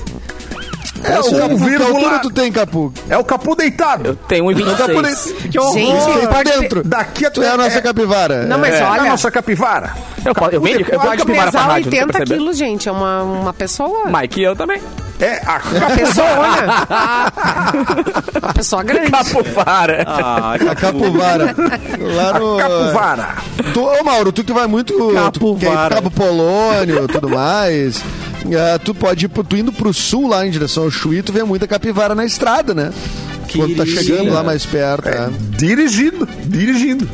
Speaker 6: É, o
Speaker 9: um
Speaker 6: Capu, que
Speaker 9: vírgula-
Speaker 6: altura tu tem, Capu?
Speaker 9: É o capu deitado.
Speaker 4: Eu tenho
Speaker 6: O Capu nem-
Speaker 4: 1,26.
Speaker 9: é
Speaker 6: Que horror.
Speaker 5: Gente,
Speaker 6: Tem pra
Speaker 5: pode-
Speaker 6: tá dentro.
Speaker 9: Daqui
Speaker 6: Tu é a nossa capivara.
Speaker 5: Não, mas
Speaker 9: é a
Speaker 5: olha.
Speaker 9: nossa capivara.
Speaker 4: Eu, posso- eu venho de eu gosto de
Speaker 5: Pode
Speaker 4: capivara pra
Speaker 5: pesar
Speaker 4: rádio, não tô
Speaker 5: 80
Speaker 4: percebendo.
Speaker 5: quilos, gente. É uma, uma pessoa.
Speaker 4: Mike e eu também.
Speaker 9: É a
Speaker 5: Uma pessoa. uma pessoa grande.
Speaker 4: Capivara.
Speaker 1: Ah,
Speaker 5: [LAUGHS]
Speaker 6: A capivara. Lá no...
Speaker 9: capivara.
Speaker 6: Tu, ô Mauro, tu que vai muito. Tu, que é
Speaker 1: Capuvara.
Speaker 6: Cabo Polônio e tudo mais. é, tu pode ir pro- tu indo pro sul lá em direção ao Chuí, tu vê muita capivara na estrada, né? Quando tá chegando lá mais
Speaker 9: É.
Speaker 6: perto. né?
Speaker 9: Dirigindo, dirigindo.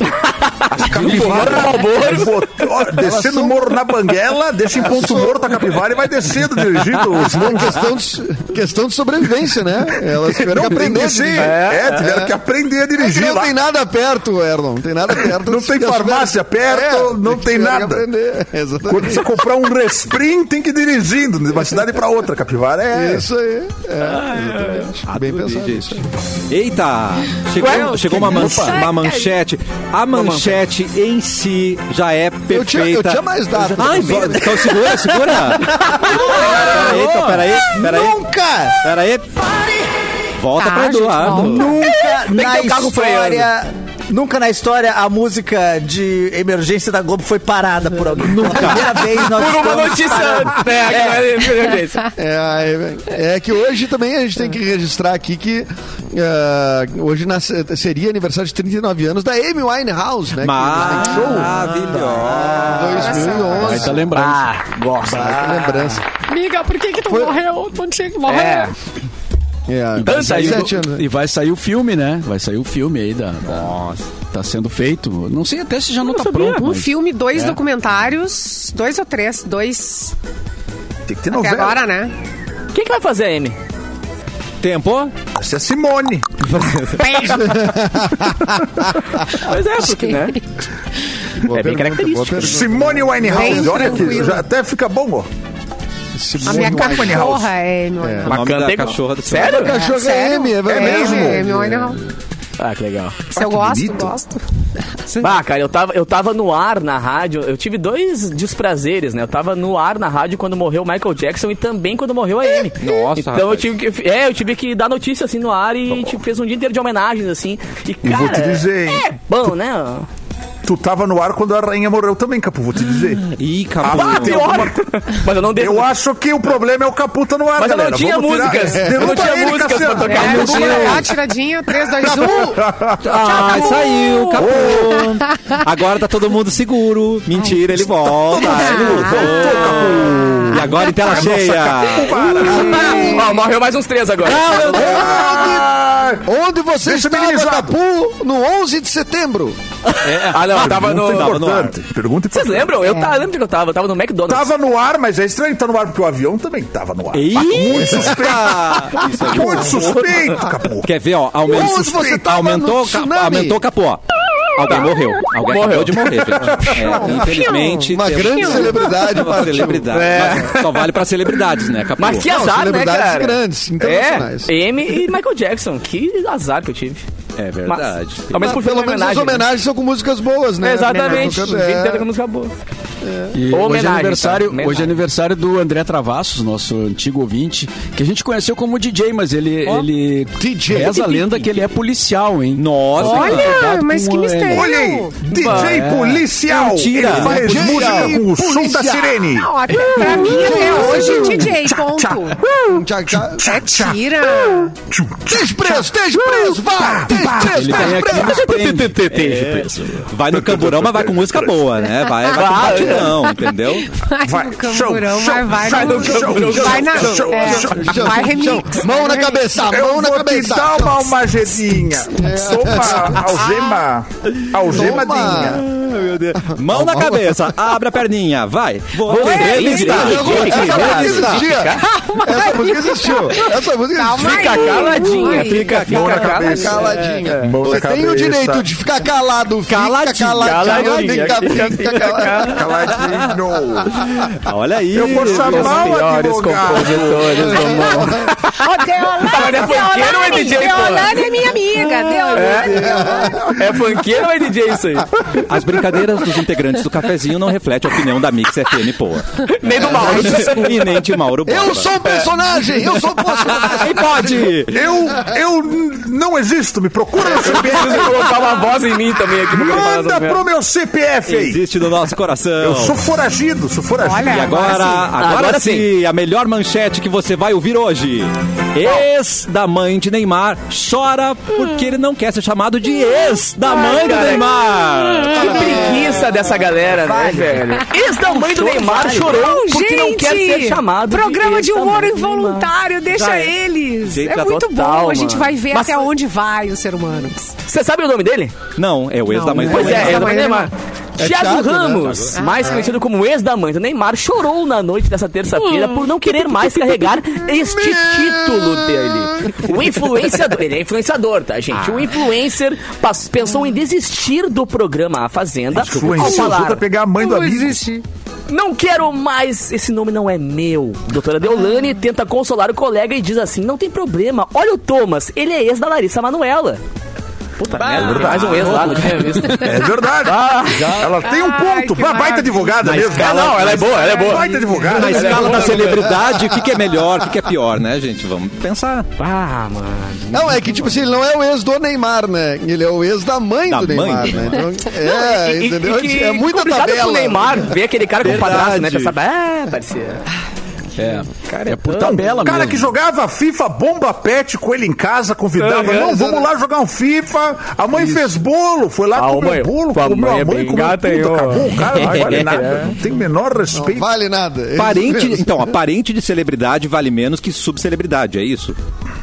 Speaker 9: As capivaras Botou- ó, Descendo o morro na banguela, deixa em ponto morto a capivara e vai descendo, dirigindo os
Speaker 6: É
Speaker 9: morros.
Speaker 6: questão de, questão de sobrevivência, né? Elas tiveram que
Speaker 9: [LAUGHS] Não, tem
Speaker 6: aprender.
Speaker 9: que
Speaker 6: a
Speaker 9: ser.
Speaker 6: dirigir.
Speaker 9: É, tiveram que aprender a
Speaker 6: É que
Speaker 9: dirigir
Speaker 6: Não
Speaker 9: lá.
Speaker 6: tem nada perto, Erlon. Não tem nada perto.
Speaker 9: Não tem
Speaker 6: Elas
Speaker 9: farmácia
Speaker 6: tiveram-
Speaker 9: perto, não tem
Speaker 6: tiveram É, que
Speaker 9: nada.
Speaker 6: aprender, [LAUGHS]
Speaker 9: Quando
Speaker 6: Exatamente.
Speaker 9: você comprar um resprim, tem que ir dirigindo de uma cidade pra outra. Capivara é.
Speaker 6: Isso aí.
Speaker 9: Ah,
Speaker 6: É, exatamente. Bem pensado. isso aí.
Speaker 1: Eita! Chegou, chegou uma, man- uma manchete. A manchete em si já é perfeita.
Speaker 6: Eu tinha- eu tinha mais dados.
Speaker 1: Ai, vo- então segura, segura. Eita, peraí, peraí.
Speaker 6: Nunca!
Speaker 1: Peraí. Volta
Speaker 5: Tá,
Speaker 1: pra
Speaker 5: gente,
Speaker 1: Eduardo.
Speaker 5: volta.
Speaker 3: Nunca
Speaker 4: Tem que
Speaker 3: na
Speaker 10: um
Speaker 4: ter o carro
Speaker 3: história. Nunca na história a música de emergência da Globo foi parada por alguém. Nunca. Primeira vez nós
Speaker 4: Por uma
Speaker 3: estamos
Speaker 4: notícia.
Speaker 3: parando.
Speaker 4: né, que não [LAUGHS] é emergência.
Speaker 6: É, é, é que hoje também a gente tem que registrar aqui que ah, hoje nasce- seria aniversário de 39 anos da Amy Winehouse, né? Que show.
Speaker 10: Vai
Speaker 6: 2011.
Speaker 10: tá lembrando.
Speaker 4: gosta.
Speaker 6: Ah, que lembrança.
Speaker 5: Amiga, por que que tu morreu? Tu não tinha que morrer.
Speaker 4: É.
Speaker 6: É,
Speaker 10: Vai sair o-
Speaker 6: 17 anos.
Speaker 10: E vai sair o filme, né? Vai sair o filme aí da. Nossa. Tá sendo feito. Não sei até se já não, tá pronto.
Speaker 5: Um
Speaker 10: mas-
Speaker 5: filme, dois
Speaker 10: É.
Speaker 5: documentários, dois ou três, dois
Speaker 9: Tem que ter
Speaker 5: até
Speaker 9: novela.
Speaker 5: agora, né?
Speaker 4: Quem que vai fazer a M?
Speaker 1: Tempo?
Speaker 9: Essa é Simone.
Speaker 4: Pois é,
Speaker 5: [LAUGHS]
Speaker 4: porque, né?
Speaker 6: Boa
Speaker 4: É bem
Speaker 6: pergunta, boa pergunta.
Speaker 9: Simone Winehouse.
Speaker 5: Bem
Speaker 9: Olha aqui,
Speaker 5: tranquilo.
Speaker 9: já até fica bom, ó.
Speaker 5: A
Speaker 6: Simone
Speaker 5: minha
Speaker 6: Winehouse.
Speaker 5: cachorra é Amy
Speaker 1: O
Speaker 5: Winehouse.
Speaker 1: nome
Speaker 4: Bacana,
Speaker 1: da
Speaker 4: tem-
Speaker 1: cachorra do
Speaker 4: [LAUGHS] Sério?
Speaker 6: A cachorra é
Speaker 5: sério?
Speaker 6: M, é
Speaker 9: É
Speaker 6: verdade.
Speaker 9: mesmo?
Speaker 5: Amy Winehouse.
Speaker 4: Ah, que legal.
Speaker 5: Se eu
Speaker 9: que
Speaker 5: gosto,
Speaker 9: bonito.
Speaker 5: gosto.
Speaker 4: Bah, cara, eu tava, eu tava no ar na rádio. Eu tive dois desprazeres, né? Eu tava no ar na rádio quando morreu o Michael Jackson e também quando morreu a Amy.
Speaker 1: Nossa,
Speaker 4: Então eu
Speaker 1: rapaz.
Speaker 4: tive que. É, eu tive que dar notícia assim no ar e tipo, fez um dia inteiro de homenagens, assim. E,
Speaker 9: E
Speaker 4: cara,
Speaker 9: vou te dizer, hein?
Speaker 4: é bom, né?
Speaker 9: Tu tava no ar quando a rainha morreu também, Capu, vou te dizer.
Speaker 1: Ih,
Speaker 9: Ah,
Speaker 1: capô.
Speaker 9: tem alguma-
Speaker 4: [LAUGHS] Mas eu não dei.
Speaker 9: Eu acho que o problema é o Capu tá no ar,
Speaker 4: Mas eu não
Speaker 9: galera.
Speaker 4: tinha
Speaker 9: Vamos tirar-
Speaker 4: músicas. Eu não
Speaker 9: Derruba
Speaker 4: tinha
Speaker 9: ele,
Speaker 4: músicas pra
Speaker 9: Cassiano.
Speaker 4: tocar.
Speaker 5: É,
Speaker 4: meu
Speaker 5: vamos
Speaker 4: Deus.
Speaker 5: lá, tiradinha, 3, 2, 1.
Speaker 1: Ah, saiu, capô. Agora tá todo mundo seguro. Mentira, ele volta. Ele voltou. E agora em tela cheia.
Speaker 4: [LAUGHS] Ó, morreu mais uns três agora.
Speaker 9: Ah,
Speaker 6: Onde você
Speaker 9: Deixa
Speaker 6: estava,
Speaker 9: amenizado.
Speaker 6: Capu, no 11 de setembro?
Speaker 4: Ah, não, eu tava no.
Speaker 1: tava
Speaker 9: Pergunta
Speaker 1: no ar.
Speaker 9: importante. Pergunta
Speaker 4: Vocês
Speaker 9: importante.
Speaker 4: lembram? Eu tava, lembro que eu tava, eu tava no McDonald's.
Speaker 9: Tava no ar, mas é estranho que tá no ar, porque o avião também tava no ar.
Speaker 1: Muito suspeito.
Speaker 9: Muito suspeito, Capu.
Speaker 1: Quer ver, ó? Aumentou,
Speaker 6: Onde você tava
Speaker 1: aumentou,
Speaker 6: no tsunami?
Speaker 1: ca- aumentou o capô. ó. Alguém morreu. Alguém
Speaker 4: Morreu.
Speaker 1: acabou de morrer, gente. É, infelizmente.
Speaker 6: Uma
Speaker 1: temos-
Speaker 6: grande celebridade
Speaker 1: Uma
Speaker 6: partiu.
Speaker 1: celebridade. Mas só vale pra celebridades, né, capô?
Speaker 4: Mas que
Speaker 6: Não,
Speaker 4: azar, né,
Speaker 6: celebridades
Speaker 4: cara?
Speaker 6: grandes, internacionais.
Speaker 4: É, M e Michael Jackson. Que azar que eu tive.
Speaker 1: É verdade.
Speaker 4: Mas, ao mesmo
Speaker 6: Mas
Speaker 4: tempo,
Speaker 6: Ah, pelo
Speaker 4: foi uma
Speaker 6: menos as
Speaker 4: homenagem, né?
Speaker 6: homenagens são com músicas boas, né?
Speaker 4: Exatamente.
Speaker 6: Tocando-
Speaker 4: O dia inteiro com
Speaker 6: É.
Speaker 4: a música boa.
Speaker 10: E hoje, é
Speaker 4: Homenagem,
Speaker 10: aniversário,
Speaker 4: tá? Homenagem.
Speaker 10: hoje é aniversário do André Travassos, nosso antigo ouvinte, que a gente conheceu como DJ, mas ele. ele
Speaker 6: DJ.
Speaker 10: Reza a lenda que ele é policial, hein?
Speaker 1: Nossa,
Speaker 5: Olha,
Speaker 10: Cuidado
Speaker 5: mas
Speaker 10: com
Speaker 5: que
Speaker 10: o N.
Speaker 5: mistério.
Speaker 9: Olha aí, DJ
Speaker 10: É.
Speaker 9: policial.
Speaker 1: Mentira.
Speaker 9: Ele faz
Speaker 6: DJ
Speaker 9: música com o som da
Speaker 6: policial.
Speaker 4: É
Speaker 9: sirene.
Speaker 5: Não, até Tá pra mim até hoje DJ, ponto. É
Speaker 6: Tchá, tchá.
Speaker 5: Tira.
Speaker 6: Esteja preso, esteja preso, vai! Esteja preso,
Speaker 10: Ele tem
Speaker 6: esteja
Speaker 10: aqui
Speaker 6: é preso!
Speaker 10: nos prende.
Speaker 1: um É, Vai no camburão, mas vai com música boa, né? Vai, vai com batidão, entendeu?
Speaker 5: Vai no camburão,
Speaker 9: show,
Speaker 5: vai, vai
Speaker 9: show,
Speaker 5: no
Speaker 9: show,
Speaker 5: camburão.
Speaker 9: show,
Speaker 5: Vai na...
Speaker 9: show,
Speaker 5: é,
Speaker 9: show,
Speaker 6: Chão,
Speaker 5: Vai
Speaker 6: chão,
Speaker 5: remix.
Speaker 6: chão. Mão
Speaker 5: vai
Speaker 6: na
Speaker 5: remix.
Speaker 6: cabeça,
Speaker 9: Eu
Speaker 6: mão na
Speaker 9: vou te
Speaker 6: cabeça.
Speaker 9: dar uma almagedinha. Sopa, algema, algemadinha.
Speaker 1: Mão na cabeça, abre a perninha, vai. Vou entrevistar.
Speaker 6: Essa música existia. Essa música existiu. Essa música
Speaker 5: Calma
Speaker 6: existia.
Speaker 4: Fica
Speaker 5: aí.
Speaker 4: caladinha,
Speaker 5: Ui.
Speaker 4: fica, fica
Speaker 9: Mão na
Speaker 4: caladinha.
Speaker 9: cabeça.
Speaker 6: Caladinha.
Speaker 9: Mão na
Speaker 6: Você tem o
Speaker 9: cabeça.
Speaker 6: direito de ficar calado. Fica
Speaker 1: Caladinho,
Speaker 6: caladinho.
Speaker 4: caladinho,
Speaker 6: Fica,
Speaker 4: fica,
Speaker 6: fica,
Speaker 4: fica
Speaker 6: calado.
Speaker 9: Caladinho.
Speaker 1: Olha aí.
Speaker 9: Eu vou chamar o
Speaker 4: Piores
Speaker 9: advogado.
Speaker 4: compositores do mundo.
Speaker 5: Ô, Deolane,
Speaker 4: Mas é funkeiro ou é
Speaker 5: Deolane,
Speaker 4: DJ, pô?
Speaker 5: Deolane é minha amiga. Deolane,
Speaker 4: É funkeiro ou é DJ
Speaker 6: [LAUGHS]
Speaker 4: isso aí?
Speaker 1: [LAUGHS] As brincadeiras dos integrantes do cafezinho não refletem a opinião da Mix FM, pô.
Speaker 4: Nem do mal.
Speaker 6: É.
Speaker 1: E nem de Mauro Borba.
Speaker 6: Eu sou o personagem. Eu sou o personagem.
Speaker 1: Aí pode!
Speaker 9: Eu, eu n- não existo, me procura no
Speaker 4: Preciso
Speaker 9: CPF.
Speaker 4: colocar uma voz em mim também aqui pra falar essas
Speaker 9: Manda
Speaker 4: merdas.
Speaker 9: pro meu CPF aí.
Speaker 1: Existe no nosso coração.
Speaker 9: Eu sou foragido, sou foragido.
Speaker 5: Olha,
Speaker 1: E agora, agora,
Speaker 4: Agora
Speaker 1: sim, a melhor manchete que você vai ouvir hoje. Ex da mãe de Neymar chora porque ele não quer ser chamado de ex da mãe do
Speaker 4: cara.
Speaker 1: Neymar.
Speaker 4: Que preguiça dessa galera, né, velho? Ex da mãe do Neymar chorou
Speaker 5: Não,
Speaker 4: porque não
Speaker 5: gente,
Speaker 4: quer ser chamado.
Speaker 5: Programa de
Speaker 4: ex da
Speaker 5: humor
Speaker 4: mãe do Neymar.
Speaker 5: involuntário, deixa
Speaker 4: Já é.
Speaker 5: eles.
Speaker 4: Gente,
Speaker 5: É
Speaker 4: tá
Speaker 5: muito
Speaker 4: total,
Speaker 5: bom, a gente
Speaker 4: mano.
Speaker 5: vai ver
Speaker 4: Mas-
Speaker 5: até onde vai o ser humano.
Speaker 4: Você sabe o nome dele?
Speaker 1: Não, é o ex
Speaker 5: Não,
Speaker 1: da mãe do
Speaker 5: né?
Speaker 4: Pois
Speaker 1: Neymar.
Speaker 4: é,
Speaker 5: Ex da
Speaker 4: ex da
Speaker 5: mãe
Speaker 4: mãe
Speaker 5: do
Speaker 4: do Neymar.
Speaker 6: É
Speaker 4: Thiago
Speaker 6: Thiago, né?
Speaker 4: Ramos, mais conhecido como ex da mãe do Neymar, chorou na noite dessa terça-feira por não querer mais carregar este título dele. O influenciador, ele é influenciador, tá, gente? O influencer pas- pensou em desistir do programa A Fazenda ao
Speaker 9: Influenciou
Speaker 4: falar,
Speaker 9: ajuda a pegar a mãe do
Speaker 5: Não
Speaker 9: amigo.
Speaker 5: existe.
Speaker 4: não quero mais, esse nome não é meu. Doutora Deolane tenta consolar o colega e diz assim, não tem problema, olha o Thomas, ele é ex da Larissa Manuela. Puta merda, mais um ex lá no tinha visto.
Speaker 9: É verdade. ela tem um ponto. Uma baita advogada
Speaker 1: Na
Speaker 9: mesmo.
Speaker 1: escala-
Speaker 9: Ah, não, ela é boa, ela é boa. Baita advogada.
Speaker 1: Na
Speaker 9: ela é
Speaker 1: escala
Speaker 9: boa.
Speaker 1: da celebridade, o que, que é melhor, o que, que é pior, né, gente? Vamos pensar.
Speaker 4: Ah, mano.
Speaker 6: Não, é que, tipo assim, ele não é o ex do Neymar, né? Ele é o ex da mãe
Speaker 1: Da
Speaker 6: do
Speaker 1: mãe
Speaker 6: Neymar,
Speaker 1: do
Speaker 6: né?
Speaker 1: Neymar.
Speaker 4: [LAUGHS]
Speaker 6: Então, é,
Speaker 4: e,
Speaker 6: entendeu?
Speaker 4: e que
Speaker 6: é muita
Speaker 4: complicado pro
Speaker 6: tabela.
Speaker 4: Neymar ver aquele cara com o
Speaker 1: Verdade.
Speaker 4: padrasto, né? Pensar, ah, parceiro.
Speaker 10: É, é por
Speaker 9: Então,
Speaker 10: tabela
Speaker 9: o cara
Speaker 10: mesmo.
Speaker 9: que jogava FIFA, bomba pet com ele em casa, convidava. Não, vamos lá jogar um FIFA. A mãe fez bolo, foi lá,
Speaker 4: Ah,
Speaker 9: comer
Speaker 4: ô, mãe,
Speaker 9: bolo,
Speaker 4: tua
Speaker 9: comeu
Speaker 4: mãe é
Speaker 9: a mãe,
Speaker 4: bem
Speaker 9: comeu
Speaker 4: gata,
Speaker 9: tudo,
Speaker 4: hein, ô.
Speaker 9: acabou. O cara não vale
Speaker 4: É.
Speaker 9: nada, não tem o menor respeito.
Speaker 6: Vale nada. É isso
Speaker 1: Parente,
Speaker 6: mesmo.
Speaker 1: então, a parente de celebridade vale menos que subcelebridade, é isso?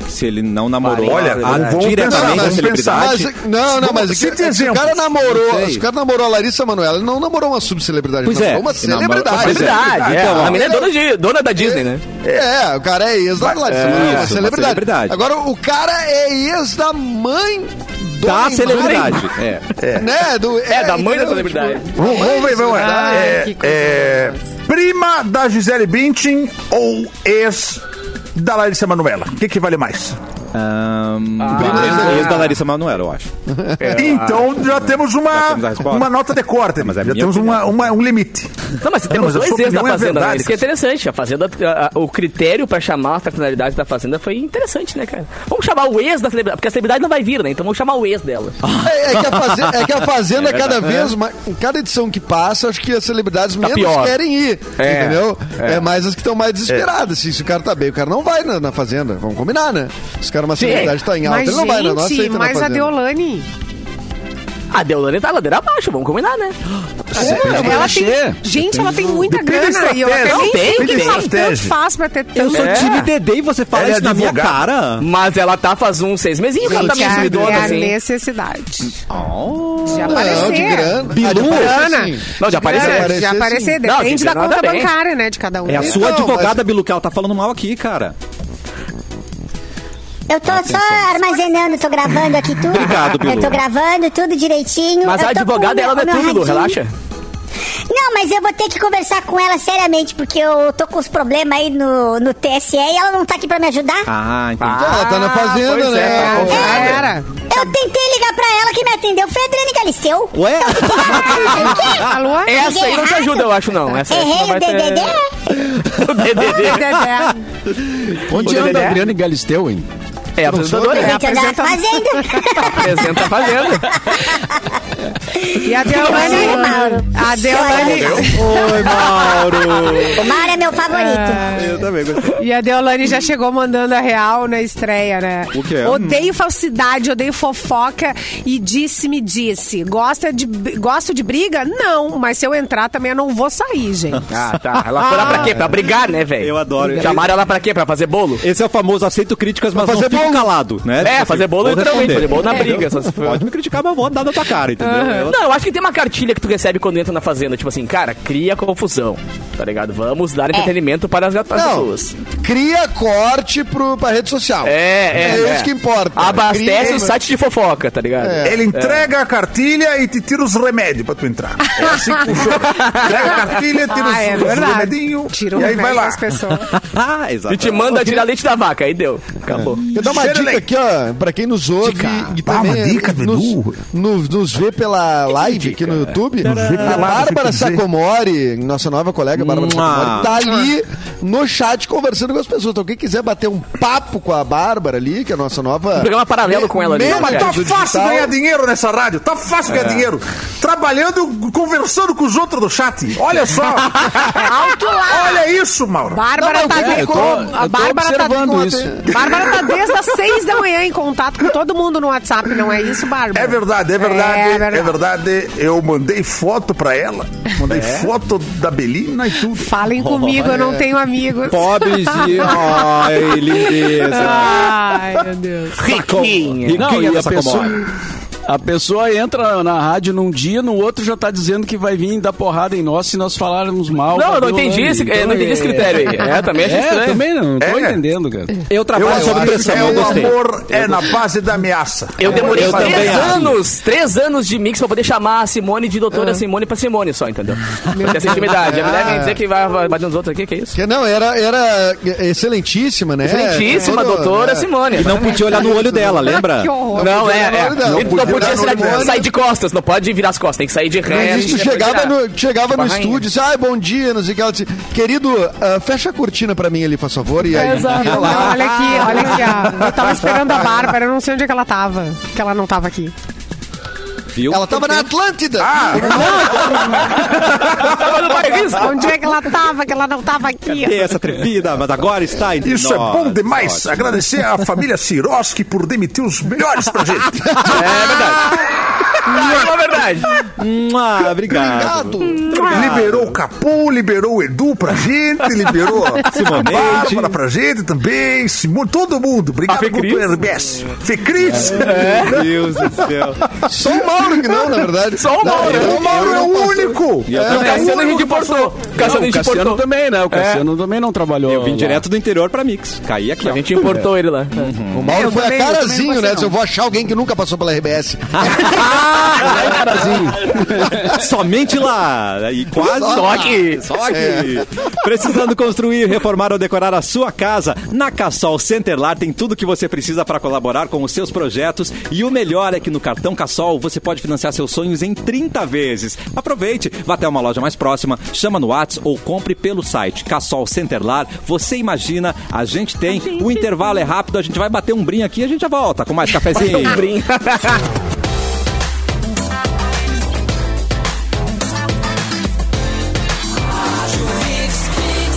Speaker 1: Se ele não namorou
Speaker 9: Olha,
Speaker 1: a-
Speaker 9: vamos- vamos pensar,
Speaker 1: diretamente a
Speaker 9: vamos
Speaker 1: celebridade.
Speaker 6: Mas, não, não, mas
Speaker 9: Cita
Speaker 6: se, se o
Speaker 9: exemplos.
Speaker 6: cara namorou,
Speaker 1: Não sei.
Speaker 6: se o cara namorou a Larissa Manoela, ele não namorou uma subcelebridade,
Speaker 1: Pois
Speaker 6: ele
Speaker 1: é.
Speaker 6: namorou uma
Speaker 1: Ele namorou-
Speaker 6: celebridade.
Speaker 1: Pois é.
Speaker 4: Verdade,
Speaker 1: Então,
Speaker 4: então,
Speaker 1: ó.
Speaker 4: a menina é dona, de, dona da Disney, né?
Speaker 6: É, o cara é ex da Larissa
Speaker 1: é,
Speaker 6: Manoela,
Speaker 1: isso,
Speaker 6: uma
Speaker 1: uma
Speaker 6: celebridade.
Speaker 1: celebridade.
Speaker 6: Agora, o cara é ex da mãe do
Speaker 1: Da Tá
Speaker 6: Neymar,
Speaker 1: celebridade. É.
Speaker 6: Né? Do,
Speaker 4: É, da mãe da
Speaker 6: entendeu?
Speaker 4: celebridade.
Speaker 9: Vamos, vamos ver, vamos ver.
Speaker 5: Ai,
Speaker 9: É,
Speaker 5: que coisa
Speaker 9: é, prima da Gisele Bündchen ou ex da Larissa Manoela? O que, que vale mais?
Speaker 1: Ahn, ex- ex da Larissa Manoela, eu acho.
Speaker 9: então já temos uma,
Speaker 1: temos a resposta.
Speaker 9: uma nota de corte,
Speaker 1: Mas é
Speaker 9: já
Speaker 1: minha
Speaker 9: temos uma,
Speaker 1: opinião.
Speaker 9: uma- um limite.
Speaker 4: Não, mas tem
Speaker 9: Não,
Speaker 4: os
Speaker 9: mas a
Speaker 4: dois
Speaker 9: sua
Speaker 4: ex da
Speaker 9: opinião é
Speaker 4: Fazenda. né?
Speaker 9: verdade,
Speaker 4: Isso que é
Speaker 9: Cassiano.
Speaker 4: interessante. A Fazenda, a- a- o critério pra chamar a personalidade da Fazenda foi interessante, né, cara? Vamos chamar o ex da celebridade, porque a celebridade não vai vir, né? Então vamos chamar o ex dela.
Speaker 6: É, é que a Fazenda, é que a Fazenda cada vez mais, em cada edição que passa, acho que as celebridades menos
Speaker 4: né? Tá pior.
Speaker 6: querem ir,
Speaker 4: É,
Speaker 6: entendeu? É. mais as que estão mais desesperadas. Assim, se o cara tá bem, o cara não vai na, na Fazenda, vamos combinar, né? Se o cara é uma celebridade tá em alta,
Speaker 5: Mas,
Speaker 6: ele não vai na nossa,
Speaker 5: gente, mas
Speaker 6: aceita na
Speaker 5: a
Speaker 6: Fazenda. É,
Speaker 5: Deolane...
Speaker 4: A Deolane tá ladeira abaixo, vamos combinar, né?
Speaker 10: Depende
Speaker 5: Ela
Speaker 10: do
Speaker 5: tem,
Speaker 10: cachê.
Speaker 5: gente, ela tem muita
Speaker 9: Depende da
Speaker 5: grana e eu até nem
Speaker 9: estratégia.
Speaker 4: Não,
Speaker 5: sei
Speaker 4: tem,
Speaker 5: o que
Speaker 4: tem.
Speaker 5: fa- tanto
Speaker 9: Estratégia.
Speaker 5: faz pra ter tanto.
Speaker 1: Eu sou
Speaker 4: É.
Speaker 1: time Dedê e você fala
Speaker 9: Ela é
Speaker 1: isso na minha
Speaker 9: advogada.
Speaker 1: cara?
Speaker 4: Mas ela tá faz uns seis mesinhos que ela tá
Speaker 5: Gente,
Speaker 4: meio
Speaker 5: é, é
Speaker 4: sumidona,
Speaker 5: a
Speaker 4: assim.
Speaker 5: necessidade.
Speaker 1: Oh.
Speaker 5: De
Speaker 6: Não,
Speaker 5: aparecer.
Speaker 6: de grana. Ah, de
Speaker 1: Bilu?
Speaker 6: aparecer,
Speaker 5: Grana.
Speaker 6: sim.
Speaker 4: Não, de aparecer.
Speaker 5: Grana,
Speaker 6: aparecer,
Speaker 5: de aparecer.
Speaker 6: sim.
Speaker 4: Não,
Speaker 5: Depende
Speaker 4: de
Speaker 5: da
Speaker 4: grana
Speaker 5: conta
Speaker 4: também.
Speaker 5: bancária, né, de cada um.
Speaker 1: É a
Speaker 5: Né?
Speaker 1: sua
Speaker 6: Então,
Speaker 1: advogada, Bilu, que ela tá falando mal aqui, cara.
Speaker 11: Eu tô só armazenando, tô gravando aqui tudo.
Speaker 1: Obrigado, Bilu.
Speaker 11: Eu tô gravando tudo direitinho.
Speaker 4: Mas
Speaker 11: eu
Speaker 10: tá
Speaker 4: a
Speaker 11: tô com o
Speaker 4: advogada,
Speaker 11: meu-
Speaker 4: ela não é
Speaker 11: o meu
Speaker 4: tudo, Lu,
Speaker 11: radinho.
Speaker 4: relaxa.
Speaker 11: Não, mas eu vou ter que conversar com ela seriamente, porque eu tô com os problemas aí no, no TSE e ela não tá aqui pra me ajudar.
Speaker 1: Ah, entendi.
Speaker 6: Então, ela tá na Fazenda,
Speaker 4: pois é, tá
Speaker 6: né?
Speaker 4: bom.
Speaker 5: Já era.
Speaker 11: Eu tentei ligar pra ela que me atendeu. Foi a Adriane Galisteu.
Speaker 1: Ué?
Speaker 5: Alô?
Speaker 4: Essa aí não te ajuda, eu acho, não. Essa, é essa não
Speaker 11: Errei
Speaker 4: vai
Speaker 11: o
Speaker 4: ter...
Speaker 11: DDD.
Speaker 4: O
Speaker 5: É
Speaker 4: DDD.
Speaker 5: Dedé.
Speaker 10: Onde
Speaker 4: O
Speaker 10: anda
Speaker 4: Dedé?
Speaker 10: a Adriana Galisteu, hein?
Speaker 4: É a apresentadora,
Speaker 11: Gente, eu tava
Speaker 5: apresenta-
Speaker 11: fazendo.
Speaker 4: apresenta a Fazenda.
Speaker 5: E É a
Speaker 11: Sério,
Speaker 5: Deolane... É.
Speaker 11: Mauro.
Speaker 5: A Deolane...
Speaker 1: Oi, Mauro.
Speaker 11: O Mauro é meu favorito.
Speaker 1: Eu também gostei.
Speaker 5: E a Deolane já chegou mandando a real na estreia, né?
Speaker 1: O que é?
Speaker 5: Odeio falsidade, odeio fofoca e disse-me disse. Gosta de, gosto de briga? Não, mas se eu entrar também eu não vou sair, gente.
Speaker 4: Ah, tá. Ela foi lá pra quê? Pra brigar, né, velho?
Speaker 1: Eu adoro.
Speaker 4: Chamaram ela pra quê? Pra fazer bolo?
Speaker 1: Esse é o famoso aceito críticas, mas não fico calado, né? Tipo
Speaker 4: É,
Speaker 1: assim,
Speaker 4: fazer bolo
Speaker 1: vou
Speaker 4: literalmente, fazer
Speaker 1: responder.
Speaker 4: bolo na briga. Só se for.
Speaker 1: Pode me criticar, mas vou dar na tua cara, entendeu? Eu-
Speaker 4: Não, eu acho que tem uma cartilha que tu recebe quando entra na fazenda, tipo assim, cara, cria confusão, tá ligado? Vamos dar entretenimento para as as
Speaker 6: Não,
Speaker 4: pessoas.
Speaker 6: cria corte pro, pra rede social.
Speaker 4: É, é.
Speaker 6: É
Speaker 4: é.
Speaker 6: isso que importa.
Speaker 4: Abastece
Speaker 6: Cria-
Speaker 4: o site de fofoca, tá ligado?
Speaker 9: Ele entrega a cartilha e te tira os remédios pra tu entrar. É assim que funciona. Entrega a cartilha, tira
Speaker 5: Ah, é
Speaker 9: os, os
Speaker 5: verdade.
Speaker 9: remedinhos
Speaker 5: Tira o
Speaker 9: e aí
Speaker 5: remédio
Speaker 9: vai lá.
Speaker 5: das pessoas.
Speaker 1: Ah,
Speaker 4: E
Speaker 1: exato.
Speaker 4: te manda tirar leite da vaca, aí deu. Acabou.
Speaker 6: Eu dou uma
Speaker 9: Cheira
Speaker 6: dica
Speaker 9: leite.
Speaker 6: aqui, ó, pra quem nos ouve e
Speaker 9: Dá
Speaker 6: também
Speaker 9: uma dica,
Speaker 6: nos,
Speaker 9: Bidu.
Speaker 6: no- nos vê
Speaker 9: é
Speaker 6: pela live aqui no YouTube.
Speaker 9: vê pela
Speaker 6: A
Speaker 9: live,
Speaker 6: Bárbara
Speaker 9: deixa eu dizer.
Speaker 6: Sacomori, nossa nova colega Bárbara
Speaker 1: Mua.
Speaker 6: Sacomori, tá ali no chat conversando com as pessoas. Então quem quiser bater um papo com a Bárbara ali, que é a nossa nova...
Speaker 4: Um programa paralelo com ela ali,
Speaker 6: Membro
Speaker 4: né,
Speaker 9: Mas
Speaker 4: cara?
Speaker 9: tá
Speaker 6: do
Speaker 9: fácil
Speaker 6: digital.
Speaker 9: ganhar dinheiro nessa rádio, tá fácil
Speaker 5: É.
Speaker 9: ganhar dinheiro. Trabalhando, conversando com os outros do chat.
Speaker 5: [LAUGHS]
Speaker 9: Olha só. Olha isso, Mauro.
Speaker 5: Bárbara
Speaker 6: Não,
Speaker 5: tá
Speaker 6: mas é,
Speaker 5: ali
Speaker 6: eu
Speaker 5: com.
Speaker 6: tô-
Speaker 5: a
Speaker 10: eu tô
Speaker 5: Bárbara tá
Speaker 10: observando
Speaker 5: com-
Speaker 10: isso.
Speaker 5: Bárbara tá desde as seis da manhã em contato com todo mundo no WhatsApp, não é isso, Bárbara?
Speaker 9: É verdade, é verdade,
Speaker 5: É
Speaker 9: é
Speaker 5: verdade.
Speaker 9: verdade. Eu mandei foto pra ela, mandei foto da Belina e tudo.
Speaker 5: Falem comigo, eu não tenho amigos.
Speaker 1: Pobres de... Ai, lindeza.
Speaker 5: Ai, meu Deus.
Speaker 1: Riquinha.
Speaker 10: Não,
Speaker 1: Riquinha
Speaker 10: e a
Speaker 4: é
Speaker 1: dessa
Speaker 10: pessoa,
Speaker 1: comora.
Speaker 10: A pessoa entra na rádio num dia, no outro já tá dizendo que vai vir dar porrada em nós se nós falarmos mal.
Speaker 4: Não,
Speaker 10: da
Speaker 4: eu não entendi
Speaker 10: Deolane.
Speaker 4: esse- eu não entendi esse
Speaker 10: é-
Speaker 4: critério aí. É, também achei estranho.
Speaker 10: também não, não tô
Speaker 4: É.
Speaker 10: entendendo, cara.
Speaker 1: Eu trabalho sob pressão,
Speaker 9: é
Speaker 1: eu
Speaker 9: o
Speaker 1: gostei.
Speaker 9: amor é na base da ameaça.
Speaker 4: Eu demorei
Speaker 9: Eu também
Speaker 4: três
Speaker 9: acho.
Speaker 4: anos, três anos de mix pra poder chamar a Simone de doutora Simone pra Simone só, entendeu? Pra ter essa intimidade. A mulher vem dizer que vai vai bater nos outros aqui, que é isso?
Speaker 6: Que não, era, era excelentíssima, né?
Speaker 4: Excelentíssima
Speaker 6: Todo-
Speaker 4: doutora
Speaker 6: é.
Speaker 4: Simone.
Speaker 6: E não podia olhar no olho dela, lembra?
Speaker 1: Que horror.
Speaker 4: Não, é, é.
Speaker 6: Não podia olhar no
Speaker 4: Não
Speaker 6: olho dela.
Speaker 4: podia, sair,
Speaker 6: Não podia
Speaker 4: sair de costas, não pode virar as costas, tem que sair de
Speaker 6: Mas
Speaker 4: ré.
Speaker 6: isso, tu
Speaker 4: tem que
Speaker 6: chegava
Speaker 4: virar.
Speaker 6: no, tu chegava no
Speaker 4: Barrainha.
Speaker 6: estúdio, disse, ai, bom dia, não sei o que. Ela disse, querido, ah, fecha a cortina pra mim ali, faz favor. E aí,
Speaker 5: É, exato.
Speaker 6: ia lá.
Speaker 5: Não, olha aqui, olha aqui. Ó. Eu tava esperando a Bárbara, eu não sei onde é que ela tava. Que ela não tava aqui.
Speaker 1: Viu?
Speaker 6: Ela tava na Atlântida. Ah,
Speaker 5: onde é que ela tava? Que ela não tava aqui.
Speaker 1: Cadê essa trevida? Mas agora está em
Speaker 9: Isso é bom demais. Agradecer
Speaker 10: [LAUGHS]
Speaker 9: à família Siroski por demitir os melhores pra gente.
Speaker 4: É verdade.
Speaker 1: Ah, obrigado.
Speaker 9: Liberou o Capu, liberou o Edu pra gente, liberou a
Speaker 1: Simonete.
Speaker 9: Bárbara pra gente também, Simone, todo mundo. Obrigado por
Speaker 1: Fecris.
Speaker 9: o RBS. Fecris.
Speaker 10: É.
Speaker 1: Meu Deus do céu.
Speaker 6: Só o Mauro que não, na verdade.
Speaker 4: Só o Mauro.
Speaker 6: Não, eu-
Speaker 9: O Mauro é o único.
Speaker 1: E eu
Speaker 4: O Cassiano a gente importou. O Cassiano a
Speaker 10: Não, o
Speaker 4: gente
Speaker 10: Cassiano
Speaker 4: importou.
Speaker 10: também, né? O Cassiano também não trabalhou.
Speaker 1: Eu vim
Speaker 10: lá.
Speaker 1: direto do interior pra Mix. Caí aqui,
Speaker 4: A gente importou ele lá.
Speaker 6: O Mauro
Speaker 7: Eu
Speaker 6: foi
Speaker 7: também- eu também
Speaker 6: a
Speaker 7: não
Speaker 6: carazinho,
Speaker 7: passei,
Speaker 6: né?
Speaker 7: não.
Speaker 6: Se eu vou achar alguém que nunca passou pela RBS.
Speaker 1: [LAUGHS] Somente lá. E quase.
Speaker 4: Só que.
Speaker 1: Só que. Precisando construir, reformar ou decorar a sua casa? Na Cassol Centerlar tem tudo que você precisa para colaborar com os seus projetos. E o melhor é que no cartão Cassol você pode financiar seus sonhos em 30 vezes. Aproveite, vá até uma loja mais próxima, chama no Whats ou compre pelo site Cassol Centerlar. Você imagina, a gente tem. O intervalo é rápido, a gente vai bater um brinco aqui e a gente já volta com mais cafezinho. [LAUGHS]